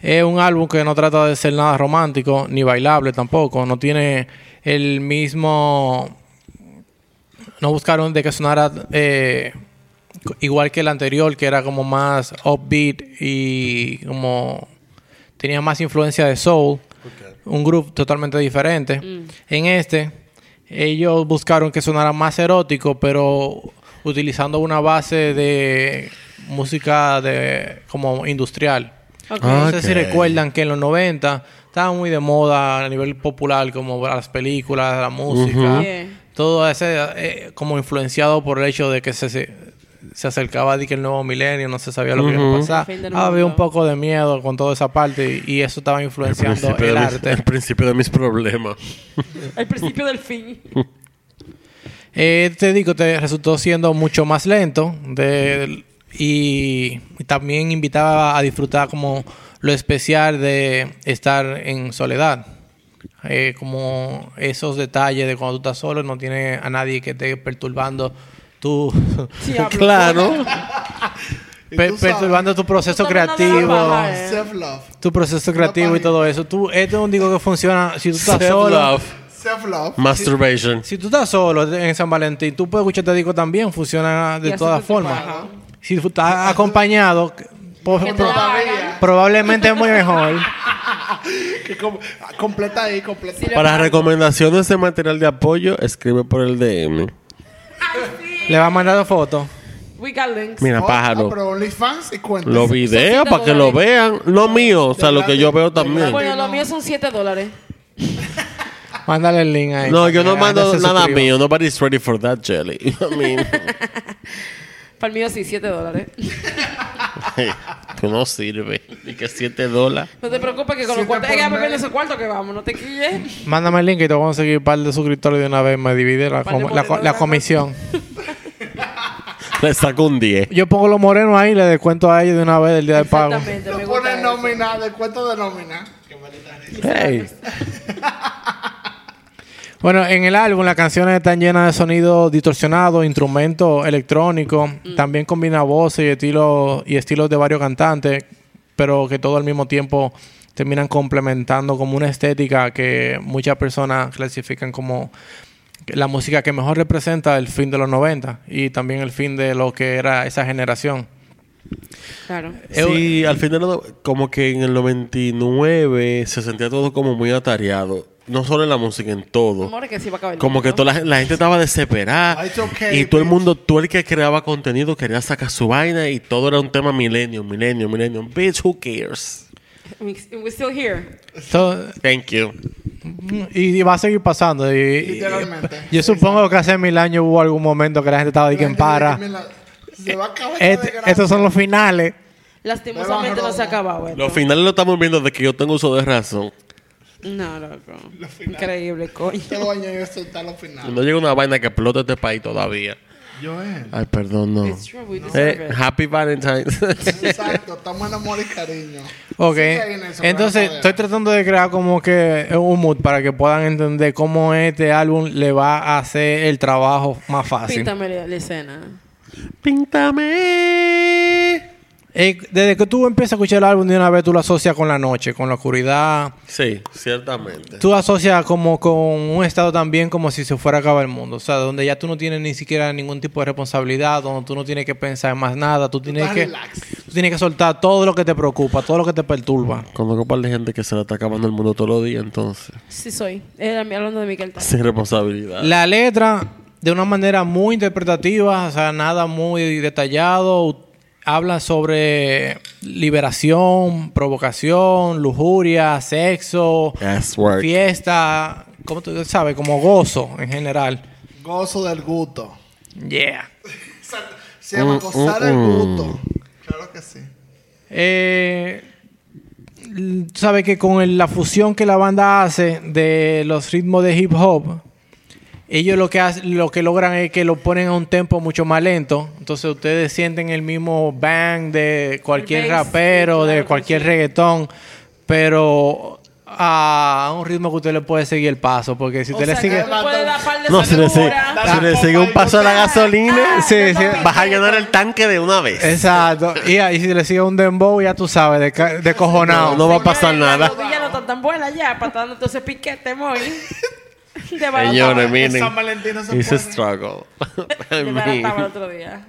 Speaker 5: Es un álbum que no trata de ser nada romántico, ni bailable tampoco. No tiene el mismo... No buscaron de que sonara eh, igual que el anterior, que era como más upbeat y como... Tenía más influencia de soul un grupo totalmente diferente. En este, ellos buscaron que sonara más erótico, pero utilizando una base de música de como industrial.
Speaker 2: Ok.
Speaker 5: No sé si
Speaker 3: Ok.
Speaker 5: recuerdan que en los 90 estaba muy de moda a nivel popular, como las películas, la música,
Speaker 3: Ah.
Speaker 2: Yeah.
Speaker 5: todo ese, eh, como influenciado por el hecho de que se, se, se acercaba de que el nuevo milenio, no se sabía lo que iba a pasar. Ah,
Speaker 2: Fin del
Speaker 5: Había un
Speaker 2: mundo.
Speaker 5: poco de miedo con toda esa parte y, y eso estaba
Speaker 3: El
Speaker 5: influenciando
Speaker 3: principio,
Speaker 5: el,
Speaker 3: de mis, [laughs]
Speaker 5: arte.
Speaker 3: el principio de mis problemas.
Speaker 2: El principio del fin.
Speaker 5: [laughs] Eh, te digo, te resultó siendo mucho más lento de- y, y también invitaba a disfrutar como lo especial de estar en soledad. Eh, como esos detalles de cuando tú estás solo, no tienes a nadie que esté perturbando tu,
Speaker 3: [laughs]
Speaker 5: [laughs]
Speaker 3: Claro.
Speaker 4: Y
Speaker 5: per-
Speaker 4: tú sabes,
Speaker 5: perturbando tu proceso
Speaker 2: Tú también
Speaker 5: creativo.
Speaker 2: no debes bajar, eh.
Speaker 4: Self-love.
Speaker 5: Tu proceso creativo y
Speaker 4: página.
Speaker 5: todo eso. Tú, esto es un disco que funciona si tú estás solo.
Speaker 3: Self-love.
Speaker 4: Self-love.
Speaker 3: Masturbation.
Speaker 5: Si tú estás solo en San Valentín, tú puedes escuchar este disco también, funciona
Speaker 2: Y
Speaker 5: de
Speaker 2: así
Speaker 5: todas
Speaker 2: tú te
Speaker 5: formas.
Speaker 2: pagas.
Speaker 5: Si tú estás acompañado, po-
Speaker 2: Que te
Speaker 5: pro-
Speaker 2: la hagan.
Speaker 5: probablemente es muy mejor.
Speaker 4: [gasps] Que com- completa ahí, completa.
Speaker 2: Sí,
Speaker 3: Para recomendaciones de material de apoyo, escribe por el DM.
Speaker 5: Le va a mandar fotos.
Speaker 2: We got links.
Speaker 3: Mira,
Speaker 4: Oh, ah,
Speaker 3: pájaro.
Speaker 4: pero OnlyFans y cuentas.
Speaker 3: Los videos para que lo vean. Lo mío, o sea, lo que yo veo también.
Speaker 2: Bueno, lo mío son 7 dólares.
Speaker 5: Mándale el link ahí.
Speaker 3: No, yo no
Speaker 5: Mira,
Speaker 3: mando
Speaker 5: se
Speaker 3: nada
Speaker 5: suscriba.
Speaker 3: mío. Nobody's ready for that jelly. [laughs] I mean,
Speaker 2: Para el mío sí, 7 dólares.
Speaker 3: tú no sirve. que 7 dólares.
Speaker 2: No te preocupes que con los cuartos. Ella bebiendo ese cuarto que vamos, no te quilles.
Speaker 5: Mándame el link y te vamos a seguir un par de suscriptores de una vez. Me divide la,
Speaker 2: par de
Speaker 5: com- la co-
Speaker 2: boletos
Speaker 5: la
Speaker 2: gratis.
Speaker 5: comisión.
Speaker 3: Le saco un 10.
Speaker 5: Yo pongo los morenos ahí y le descuento a ellos de una vez el día del pago.
Speaker 2: Exactamente, me
Speaker 6: Lo
Speaker 2: gusta
Speaker 6: pone
Speaker 2: eso.
Speaker 6: nómina, de cuento de nómina.
Speaker 3: Hey.
Speaker 5: Bueno, en el álbum las canciones están llenas de sonidos distorsionados, instrumentos electrónicos, también combina voces y estilos y estilos de varios cantantes, pero que todo al mismo tiempo terminan complementando como una estética que muchas personas clasifican como la música que mejor representa el fin de los 90 y también el fin de lo que era esa generación.
Speaker 2: Claro.
Speaker 3: Sí, al final, como que en el 99 se sentía todo como muy atareado. No solo en la música, en todo.
Speaker 2: Amor, que sí va a acabar el
Speaker 3: Como que
Speaker 2: mundo.
Speaker 3: toda la, la gente estaba desesperada.
Speaker 6: Ah, It's okay,
Speaker 3: y todo el
Speaker 6: bitch.
Speaker 3: mundo, tú el que creaba contenido, quería sacar su vaina y todo era un tema milenio, milenio, milenio. Bitch, who cares?
Speaker 2: We- We're still here.
Speaker 5: Esto-
Speaker 3: Thank you.
Speaker 5: y, y va a seguir pasando. y- y-
Speaker 6: Literalmente.
Speaker 5: yo supongo que hace mil años hubo algún momento que la gente estaba de quien para.
Speaker 6: Mira, Se va a acabar
Speaker 5: Et-
Speaker 6: esta desgracia.
Speaker 5: Este, estos son los finales.
Speaker 2: Lastimosamente no se ha acabado esto.
Speaker 3: Los finales lo estamos viendo de que yo tengo uso de razón.
Speaker 2: No, loco. Increíble, coño.
Speaker 6: Este lo año yo estoy hasta los
Speaker 2: Ah.
Speaker 6: finales.
Speaker 3: No llega una vaina que explota este país todavía.
Speaker 6: Yo es.
Speaker 3: Ay, perdón, no.
Speaker 2: It's true, we deserve
Speaker 3: Mm. Eh,
Speaker 2: it.
Speaker 3: happy Valentine's. [laughs]
Speaker 6: Exacto, estamos en amor y cariño.
Speaker 5: Ok.
Speaker 6: Sigue ahí, Nelson,
Speaker 5: Entonces,
Speaker 6: pero no
Speaker 5: estoy tratando de crear como que un mood para que puedan entender cómo este álbum le va a hacer el trabajo más fácil.
Speaker 2: Píntame la, la escena.
Speaker 3: Píntame.
Speaker 5: Eh, desde que tú empiezas a escuchar el álbum de una vez, tú lo asocias con la noche, con la oscuridad.
Speaker 3: Sí, ciertamente.
Speaker 5: Tú asocias como con un estado también como si se fuera a acabar el mundo. O sea, donde ya tú no tienes ni siquiera ningún tipo de responsabilidad, donde tú no tienes que pensar en más nada. Tú tienes,
Speaker 6: estás
Speaker 5: que,
Speaker 6: relax.
Speaker 5: tú tienes que soltar todo lo que te preocupa, todo lo que te perturba.
Speaker 3: Conozco un par de gente que se le está acabando el mundo todos los días, entonces.
Speaker 2: Sí soy. Era mi- hablando de Miquel Tal.
Speaker 3: Sin responsabilidad.
Speaker 5: La letra, de una manera muy interpretativa, o sea, nada muy detallado, u- habla sobre liberación, provocación, lujuria, sexo,
Speaker 3: That's work.
Speaker 5: fiesta, como tú sabes, como gozo en general.
Speaker 6: Gozo del gusto.
Speaker 5: Yeah.
Speaker 6: Se llama
Speaker 3: Mm,
Speaker 6: gozar
Speaker 3: mm,
Speaker 6: el
Speaker 3: mm.
Speaker 6: gusto. Claro que sí.
Speaker 5: Eh, l- sabe que con el- la fusión que la banda hace de los ritmos de hip hop, ellos lo que, hace- lo que logran es que lo ponen a un tempo mucho más lento. Entonces ustedes sienten el mismo bang de cualquier
Speaker 2: bass,
Speaker 5: rapero,
Speaker 2: sí, claro
Speaker 5: de
Speaker 2: que
Speaker 5: cualquier
Speaker 2: sí.
Speaker 5: reggaetón, pero a un ritmo que usted le puede seguir el paso, porque si
Speaker 2: O
Speaker 5: usted le
Speaker 2: sea,
Speaker 5: sigue...
Speaker 2: que tú puedes dar par de
Speaker 3: No, si le, sigue,
Speaker 2: saludas.
Speaker 3: si le sigue un paso a la gasolina,
Speaker 2: Ah,
Speaker 5: Sí,
Speaker 2: te
Speaker 5: sí.
Speaker 2: toca
Speaker 3: vas a
Speaker 2: el
Speaker 3: llenar
Speaker 2: dedo.
Speaker 3: el tanque de una vez.
Speaker 5: Exacto. Y, ahí si le sigue un dembow, ya tú sabes,
Speaker 2: [laughs]
Speaker 5: de, ca- de cojonado.
Speaker 3: No, no va a pasar
Speaker 2: Señores,
Speaker 3: nada.
Speaker 2: Las rodillas no están tan buenas ya, para estar dando ese piquete, muy.
Speaker 3: [laughs]
Speaker 2: De
Speaker 3: Señores,
Speaker 2: barata.
Speaker 6: En
Speaker 3: miren.
Speaker 6: San Valentín no se
Speaker 3: It's a
Speaker 6: puede.
Speaker 3: struggle. I
Speaker 2: De barata el
Speaker 3: mean,
Speaker 2: otro día.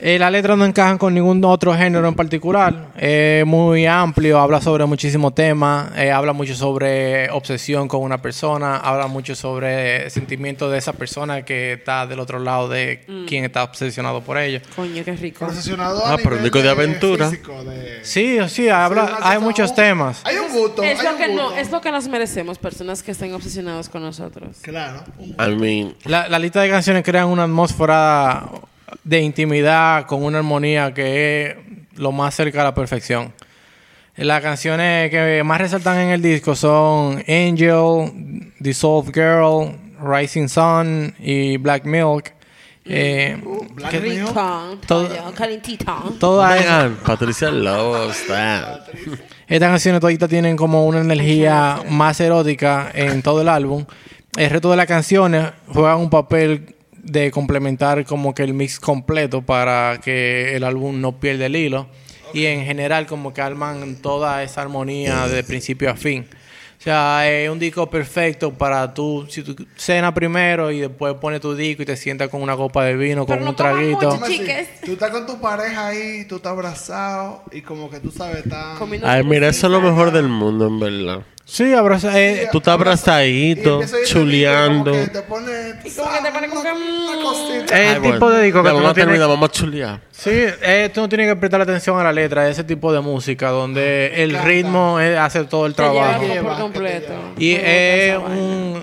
Speaker 5: Eh, las letras no encajan con ningún otro género en particular. Es muy amplio, habla sobre muchísimos temas, eh, habla mucho sobre obsesión con una persona, habla mucho sobre sentimientos de esa persona que está del otro lado de
Speaker 6: Mm.
Speaker 5: quien está obsesionado por ella.
Speaker 2: Coño, qué rico.
Speaker 6: Procesionado
Speaker 3: Ah, pero digo de aventura.
Speaker 6: físico, de-
Speaker 5: Sí, sí, habla,
Speaker 6: Sí, una
Speaker 5: hay
Speaker 6: cosa-
Speaker 5: muchos temas.
Speaker 6: Hay un gusto.
Speaker 2: Es
Speaker 6: hay
Speaker 2: lo,
Speaker 6: un
Speaker 2: que no,
Speaker 6: gusto.
Speaker 2: es lo que nos merecemos, personas que estén obsesionados con nosotros.
Speaker 6: Claro. un-
Speaker 3: I mean,
Speaker 5: La, la lista de canciones crean una atmósfera de intimidad con una armonía que es lo más cerca a la perfección. Las canciones que más resaltan en el disco son Angel, Dissolved Girl, Rising Sun y Black Milk. Eh,
Speaker 6: Black
Speaker 5: que-
Speaker 6: Mirror.
Speaker 2: Rincón,
Speaker 5: Todo-
Speaker 2: coño, calentito.
Speaker 5: todas esas-
Speaker 3: Megan, Patricia loves that.
Speaker 5: estas canciones toditas tienen como una energía más erótica en todo el álbum. El resto de las canciones juegan un papel de complementar como que el mix completo para que el álbum no pierda el hilo. Y en general como que arman toda esa armonía de principio a fin. O sea, es un disco perfecto para tú, si tú cenas primero y después pones tu disco y te sientas con una copa de vino, con
Speaker 2: Pero no
Speaker 5: un
Speaker 2: comas
Speaker 5: traguito.
Speaker 6: Dime
Speaker 2: mucho,
Speaker 6: así,
Speaker 2: Chiques.
Speaker 6: Tú estás con tu pareja ahí, tú estás abrazado y como que tú sabes, estás...
Speaker 2: Comiendo
Speaker 3: Ay, mira, eso es lo
Speaker 2: salsita.
Speaker 3: mejor del mundo, en verdad.
Speaker 5: Sí, abraza. eh,
Speaker 3: Tú estás abrazadito, chuleando. Eh.
Speaker 6: Y te pone...
Speaker 2: Y como que te pone como que, mm.
Speaker 6: cosita.
Speaker 5: Es
Speaker 3: Ay,
Speaker 5: el
Speaker 3: bueno.
Speaker 5: tipo de disco que
Speaker 3: La
Speaker 5: tú
Speaker 3: Vamos
Speaker 5: no
Speaker 3: a terminar,
Speaker 5: tienes-
Speaker 3: vamos a chulear.
Speaker 5: Sí, eh, tú no tienes que prestar atención a la letra, ese tipo de música donde el
Speaker 6: encanta.
Speaker 5: ritmo eh, hace todo el
Speaker 2: Te lleva
Speaker 5: trabajo.
Speaker 2: como
Speaker 6: Lleva,
Speaker 2: por
Speaker 6: que te
Speaker 2: completo.
Speaker 6: lleva.
Speaker 5: Y
Speaker 2: Me gusta
Speaker 5: es
Speaker 2: esa vaina.
Speaker 5: un-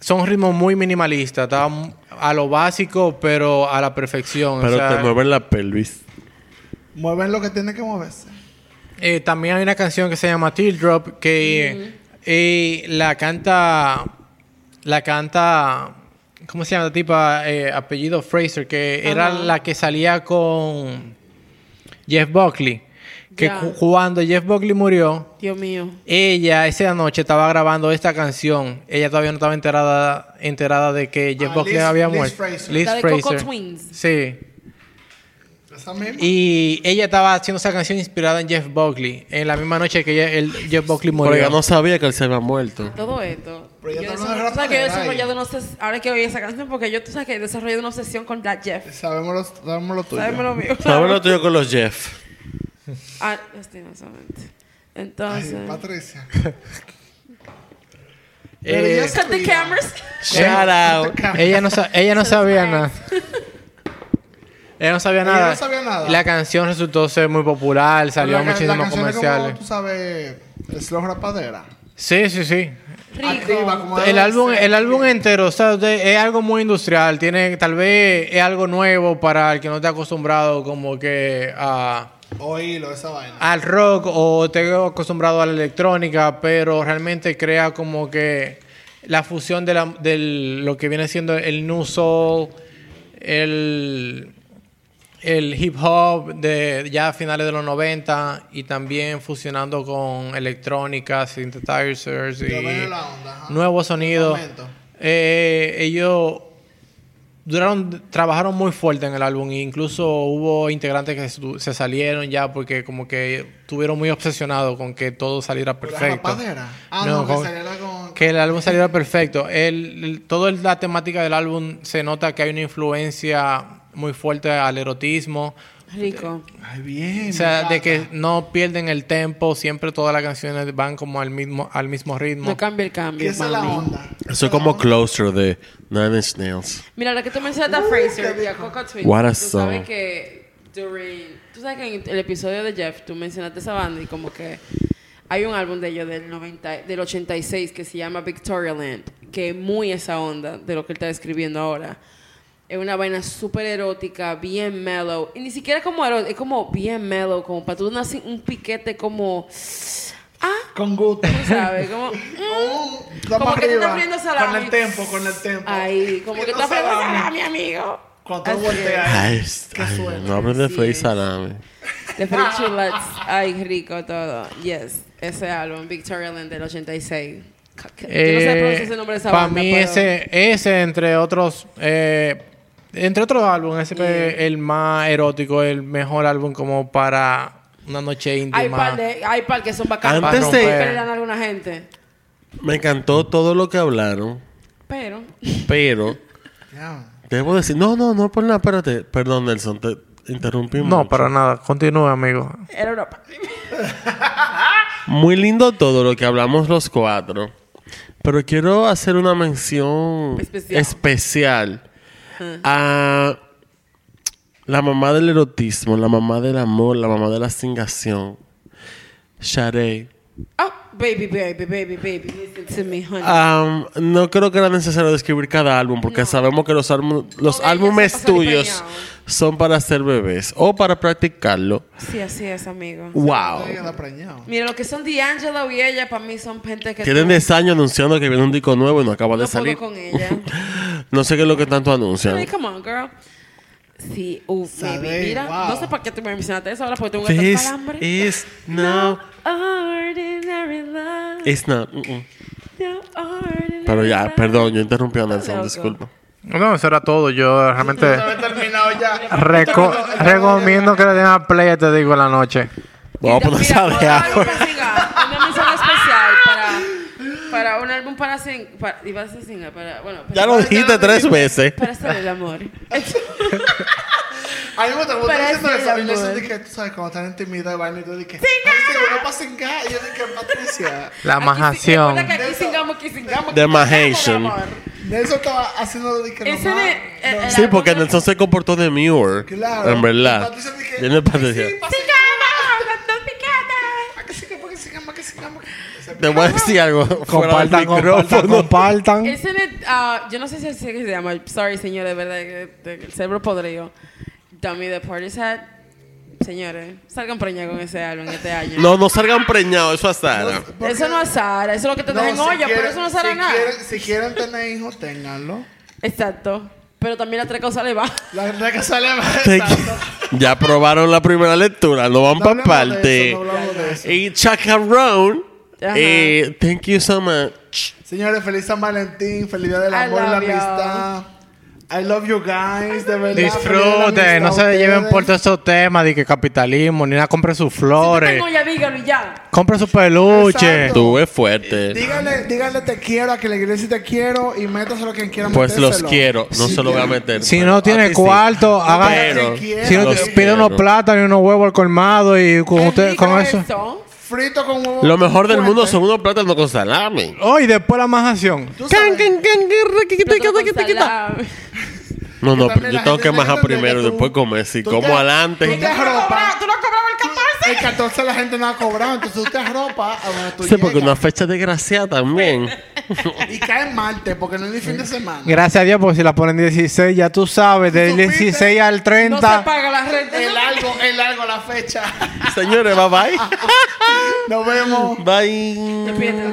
Speaker 5: son ritmos muy minimalistas, está m- a lo básico pero a la perfección. o
Speaker 3: Pero
Speaker 5: sea,
Speaker 3: te mueven la pelvis.
Speaker 6: Mueven lo que tiene que moverse.
Speaker 5: Eh, también hay una canción que se llama Teardrop que eh, la canta. La canta. ¿Cómo se llama la tipa? Eh, apellido Fraser, que era
Speaker 2: Ajá.
Speaker 5: la que salía con Jeff Buckley. Que
Speaker 2: Ya.
Speaker 5: cu- cuando Jeff Buckley murió,
Speaker 2: Dios mío.
Speaker 5: ella esa noche estaba grabando esta canción. Ella todavía no estaba enterada, enterada de que Jeff
Speaker 4: Ah,
Speaker 5: Buckley
Speaker 4: Liz-
Speaker 5: había
Speaker 4: Liz
Speaker 5: muerto.
Speaker 4: Fraser.
Speaker 2: La de Coco Twins.
Speaker 5: Sí.
Speaker 4: Esa misma.
Speaker 5: Y ella estaba haciendo esa canción inspirada en Jeff Buckley. En la misma noche que ella- el Jeff Buckley murió.
Speaker 3: Porque yo no sabía que él se había muerto.
Speaker 2: Todo esto.
Speaker 4: Pero ya
Speaker 2: Yo
Speaker 4: está
Speaker 2: desarroll-
Speaker 4: hablando de
Speaker 2: tú sabes que yo he
Speaker 4: rapear ahí.
Speaker 2: desarrollado una obses- Ahora que oí esa canción, porque yo, tú sabes que he desarrollado una obsesión con Black Jeff.
Speaker 4: Sabemos lo, sabemos lo tuyo.
Speaker 2: ¿Sabes lo mío?
Speaker 3: ¿Sabes lo tuyo con los Jeff?
Speaker 2: Ah, lastimosamente. Entonces.
Speaker 4: Ay, Patricia.
Speaker 5: Eh,
Speaker 4: Pero ya
Speaker 2: Cut the
Speaker 4: sabía.
Speaker 2: cameras.
Speaker 3: Shout out.
Speaker 5: ella no, sa-
Speaker 4: [laughs]
Speaker 5: ella no sabía nada. Ella no sabía
Speaker 4: Ella
Speaker 5: nada.
Speaker 4: no sabía nada.
Speaker 5: La canción resultó ser muy popular, salió en
Speaker 4: La ca- la
Speaker 5: muchísimos
Speaker 4: canción es como,
Speaker 5: comerciales.
Speaker 4: Tú sabes, slow rapadera.
Speaker 5: Sí, sí, sí.
Speaker 4: Activa,
Speaker 2: Rico.
Speaker 4: como
Speaker 5: El
Speaker 4: debe
Speaker 5: álbum,
Speaker 4: ser.
Speaker 5: el álbum entero, o sea, de- es algo muy industrial. Tiene, tal vez es algo nuevo para el que no esté acostumbrado como que a,
Speaker 4: Oílo, esa vaina.
Speaker 5: al rock o esté acostumbrado a la electrónica, pero realmente crea como que la fusión de la- del- lo que viene siendo el new soul, el, el hip hop de ya a finales de los 90 y también fusionando con electrónica, synthesizers
Speaker 4: Ya veo
Speaker 5: y
Speaker 4: la onda, ajá.
Speaker 5: nuevos sonidos.
Speaker 4: este Momento.
Speaker 5: Eh, ellos duraron, trabajaron muy fuerte en el álbum e incluso hubo integrantes que se, se salieron ya porque como que estuvieron muy obsesionados con que todo saliera perfecto.
Speaker 4: rapadera? Ah, no, que saliera con-
Speaker 5: que el álbum saliera perfecto. El, el- toda la temática del álbum se nota que hay una influencia muy fuerte al erotismo.
Speaker 2: Rico.
Speaker 4: Ay, bien.
Speaker 5: O sea,
Speaker 4: me
Speaker 5: de que
Speaker 4: encanta.
Speaker 5: no pierden el tempo, siempre todas las canciones van como al mismo, al mismo ritmo.
Speaker 2: No cambia el
Speaker 4: Y
Speaker 2: cambio.
Speaker 4: esa es la
Speaker 2: mami.
Speaker 4: onda.
Speaker 3: Eso es como Closer de Nine Inch Nails.
Speaker 2: Mira, la que tú mencionaste a Fraser y a Coco Twins.
Speaker 3: What a
Speaker 2: tú
Speaker 3: song.
Speaker 2: sabes que during- tú sabes que en el episodio de Jeff tú mencionaste esa banda y como que hay un álbum de ellos del 90 del 86 que se llama Victoria Land, que es muy esa onda de lo que él está describiendo ahora. Es una vaina súper erótica, bien mellow. Y ni siquiera como erótica, es como bien mellow, como para tú una- un piquete como, ah,
Speaker 4: Con gusto.
Speaker 2: tú sabes, como... mm.
Speaker 4: Oh, Da
Speaker 2: Como
Speaker 4: pa'
Speaker 2: que te está
Speaker 4: arriba.
Speaker 2: friendo salami.
Speaker 4: Con el tempo, con el tempo.
Speaker 2: Ay, como que
Speaker 4: Friendo
Speaker 2: está fregando
Speaker 4: salami.
Speaker 2: salami, amigo.
Speaker 4: Cuando tú
Speaker 2: Así
Speaker 4: volteas.
Speaker 3: Ay, ay, no hablen de
Speaker 2: Sí.
Speaker 3: Face Salami.
Speaker 2: De Free Chulets. Ay, rico todo. Yes. Ese álbum, Victoria Land del 86. Yo no sé pronunciar ese nombre de esa
Speaker 5: Para
Speaker 2: banda,
Speaker 5: Eh, mí,
Speaker 2: pero-
Speaker 5: ese, ese, entre otros. eh, entre otros álbumes, ese fue el más erótico, el mejor álbum como para una noche
Speaker 2: Hay par,
Speaker 5: íntima.
Speaker 2: de, hay par que son bacanas.
Speaker 3: Antes
Speaker 2: para
Speaker 3: de-
Speaker 2: romper el ano a alguna gente.
Speaker 3: Me encantó todo lo que hablaron,
Speaker 2: Pero.
Speaker 3: pero debo decir, no, no, no, por nada, espérate. Perdón, Nelson, te interrumpí.
Speaker 5: No,
Speaker 3: mucho.
Speaker 5: para nada. Continúa, amigo.
Speaker 2: Era Europa.
Speaker 3: Muy lindo todo lo que hablamos los cuatro. Pero quiero hacer una mención
Speaker 2: Especial.
Speaker 3: especial, a la mamá del erotismo, la mamá del amor, la mamá de la cingación. Sharey.
Speaker 2: Oh, baby, baby, baby, baby. Listen to me, honey.
Speaker 3: Ah. Am, no creo que era necesario describir cada álbum porque sabemos que los, álbum- los
Speaker 2: Todo ellos
Speaker 3: álbumes
Speaker 2: se pasan
Speaker 3: tuyos
Speaker 2: empeñados.
Speaker 3: son para ser bebés o para practicarlo.
Speaker 2: Sí, así es, amigo.
Speaker 3: ¡Wow!
Speaker 4: Queda
Speaker 5: Eh.
Speaker 4: preñado.
Speaker 2: Mira, lo que son D'Angelo y ella, para mí son gente que.
Speaker 3: Tienen
Speaker 2: tú-
Speaker 3: 10 años anunciando que viene un disco nuevo y no acaba
Speaker 2: No
Speaker 3: de
Speaker 2: puedo
Speaker 3: salir.
Speaker 2: con ella.
Speaker 3: [laughs] no sé qué es lo que tanto anuncian.
Speaker 2: Ay, come on, girl. Sí, uff,
Speaker 4: Sabe,
Speaker 2: baby. Mira,
Speaker 4: wow.
Speaker 2: no sé para qué tú me mencionaste eso ahora porque tengo que
Speaker 3: This
Speaker 2: estar hambre.
Speaker 3: is no,
Speaker 2: Ordinary love.
Speaker 3: it's not. mm, mm.
Speaker 2: no ordinary
Speaker 3: Pero ya,
Speaker 2: love.
Speaker 3: perdón, yo interrumpí a Nelson,
Speaker 2: loco.
Speaker 3: disculpa.
Speaker 5: No, eso era todo. Yo realmente
Speaker 4: Había terminado ya.
Speaker 5: recomiendo que le den a play, te digo, en la noche.
Speaker 3: Vamos a poner
Speaker 2: Mira,
Speaker 3: esa
Speaker 2: mira,
Speaker 3: de
Speaker 2: ahora algo
Speaker 3: agua.
Speaker 2: para singar. Una mención especial para, para un álbum para sing, para, iba a decir singar, para, bueno,
Speaker 3: [laughs] Ya lo dijiste tres veces.
Speaker 2: para hacer el
Speaker 3: [laughs]
Speaker 2: amor.
Speaker 4: A mí me gusta cuando
Speaker 2: Pero pues.
Speaker 4: diciendo
Speaker 2: es
Speaker 4: eso.
Speaker 2: el
Speaker 4: Y Nelson
Speaker 2: amor.
Speaker 4: dije, tú sabes, cuando están intimidados, vaina, y tú dije, ay, seguro para cingar. Y yo dije, Patricia.
Speaker 5: La
Speaker 2: Aquí sí-
Speaker 5: majación.
Speaker 2: recuerda que aquí singamos, aquí singamos.
Speaker 3: The
Speaker 2: aquí
Speaker 3: Mahation.
Speaker 2: singamos, amor.
Speaker 4: Nelson estaba haciendo de que
Speaker 2: Ese
Speaker 4: nomás-
Speaker 2: de- eh, el- el
Speaker 3: Sí,
Speaker 2: álbum
Speaker 3: porque
Speaker 2: de-
Speaker 3: Nelson se comportó de Muir.
Speaker 4: Claro.
Speaker 3: En
Speaker 4: Y
Speaker 3: verdad.
Speaker 4: Patricia dije,
Speaker 3: Tiene
Speaker 4: "Ay,
Speaker 3: Patricia.
Speaker 4: sí, pa' cingar,
Speaker 2: Singamos, con piquete.
Speaker 4: pa' que cingar, pa' que cingar, pa' que cingar, pa' que-". Ese-
Speaker 3: Te voy a decir algo. Fuera del
Speaker 5: Compartan, compartan,
Speaker 3: micrófono.
Speaker 5: compartan.
Speaker 2: Ese de, ah, yo no sé si así es que se llama. Sorry, señores, de verdad, que- de- que el cerebro podrido. Dummy the party's hat. Señores, salgan preñados con ese álbum este año.
Speaker 3: No, no salgan preñados, eso hasta
Speaker 2: Eso no asara, eso es lo que te dejan
Speaker 4: si
Speaker 2: olla, pero
Speaker 4: quieren-
Speaker 2: eso no asara
Speaker 4: si
Speaker 2: nada.
Speaker 4: quieren- si quieren tener hijos, ténganlo.
Speaker 2: Exacto. Pero también la tres cosas le va.
Speaker 4: La verdad que sale más.
Speaker 3: Ya aprobaron la primera lectura, no van para parte.
Speaker 4: parte.
Speaker 3: Y chacarrón.
Speaker 2: Ajá.
Speaker 3: Eh, thank you so much.
Speaker 4: Señores, feliz San Valentín, feliz día del
Speaker 2: I
Speaker 4: amor y la
Speaker 2: love you.
Speaker 4: amistad. I love you guys, de verdad. feliz día de la
Speaker 5: Disfruten, no
Speaker 4: amistad a
Speaker 5: se lleven
Speaker 4: ustedes.
Speaker 5: por todos esos temas de que capitalismo, ni nada, compren sus flores,
Speaker 2: Tengo ya, dígalo y ya.
Speaker 5: compren sus peluches.
Speaker 4: Exacto.
Speaker 3: Tú es
Speaker 4: Eh,
Speaker 3: fuerte.
Speaker 4: Díganle, díganle te quiero a que la iglesia te quiero y métaselo quien quiera
Speaker 3: Pues los
Speaker 4: metérselo.
Speaker 3: quiero, no
Speaker 4: Si
Speaker 3: se lo voy a
Speaker 4: quieren.
Speaker 3: meter.
Speaker 5: Si
Speaker 3: pero
Speaker 5: no
Speaker 3: a
Speaker 5: tiene
Speaker 3: ti sí.
Speaker 5: cuarto, haga.
Speaker 3: Pero
Speaker 4: quiero.
Speaker 5: Si no,
Speaker 3: los
Speaker 5: pide unos
Speaker 3: quiero.
Speaker 5: plátanos y unos huevos al colmado y con,
Speaker 2: Qué
Speaker 5: usted,
Speaker 2: rico
Speaker 5: con eso.
Speaker 4: Frito con huevo.
Speaker 3: Lo mejor del mundo
Speaker 4: fuerte.
Speaker 3: son unos plátanos con salami.
Speaker 5: Oh, y después la majación.
Speaker 4: Tú sabes.
Speaker 2: Pero con salami.
Speaker 3: No, no,
Speaker 4: también
Speaker 3: pero yo
Speaker 4: la
Speaker 3: tengo que
Speaker 4: gente se
Speaker 3: majar
Speaker 4: entiende
Speaker 3: primero y
Speaker 4: que tú-
Speaker 3: después comer. Si
Speaker 4: tú
Speaker 3: como
Speaker 4: te-
Speaker 3: adelante.
Speaker 4: tú te arropas.
Speaker 2: Tú no cobrabas el 14.
Speaker 4: El 14 la gente no ha cobrado, entonces usted ropa a donde tú
Speaker 3: Sí, porque una
Speaker 4: llegas.
Speaker 3: fecha desgraciada también.
Speaker 4: Y cae en martes, porque no es ni fin de semana.
Speaker 5: Gracias a Dios, porque si la ponen 16, ya tú sabes, del
Speaker 4: supiste?
Speaker 5: 16 al
Speaker 2: No se
Speaker 5: 30.
Speaker 2: paga la renta.
Speaker 4: Es largo, es largo la fecha. [laughs]
Speaker 3: Señores, bye bye.
Speaker 4: Nos vemos.
Speaker 3: Bye.
Speaker 2: Despídete.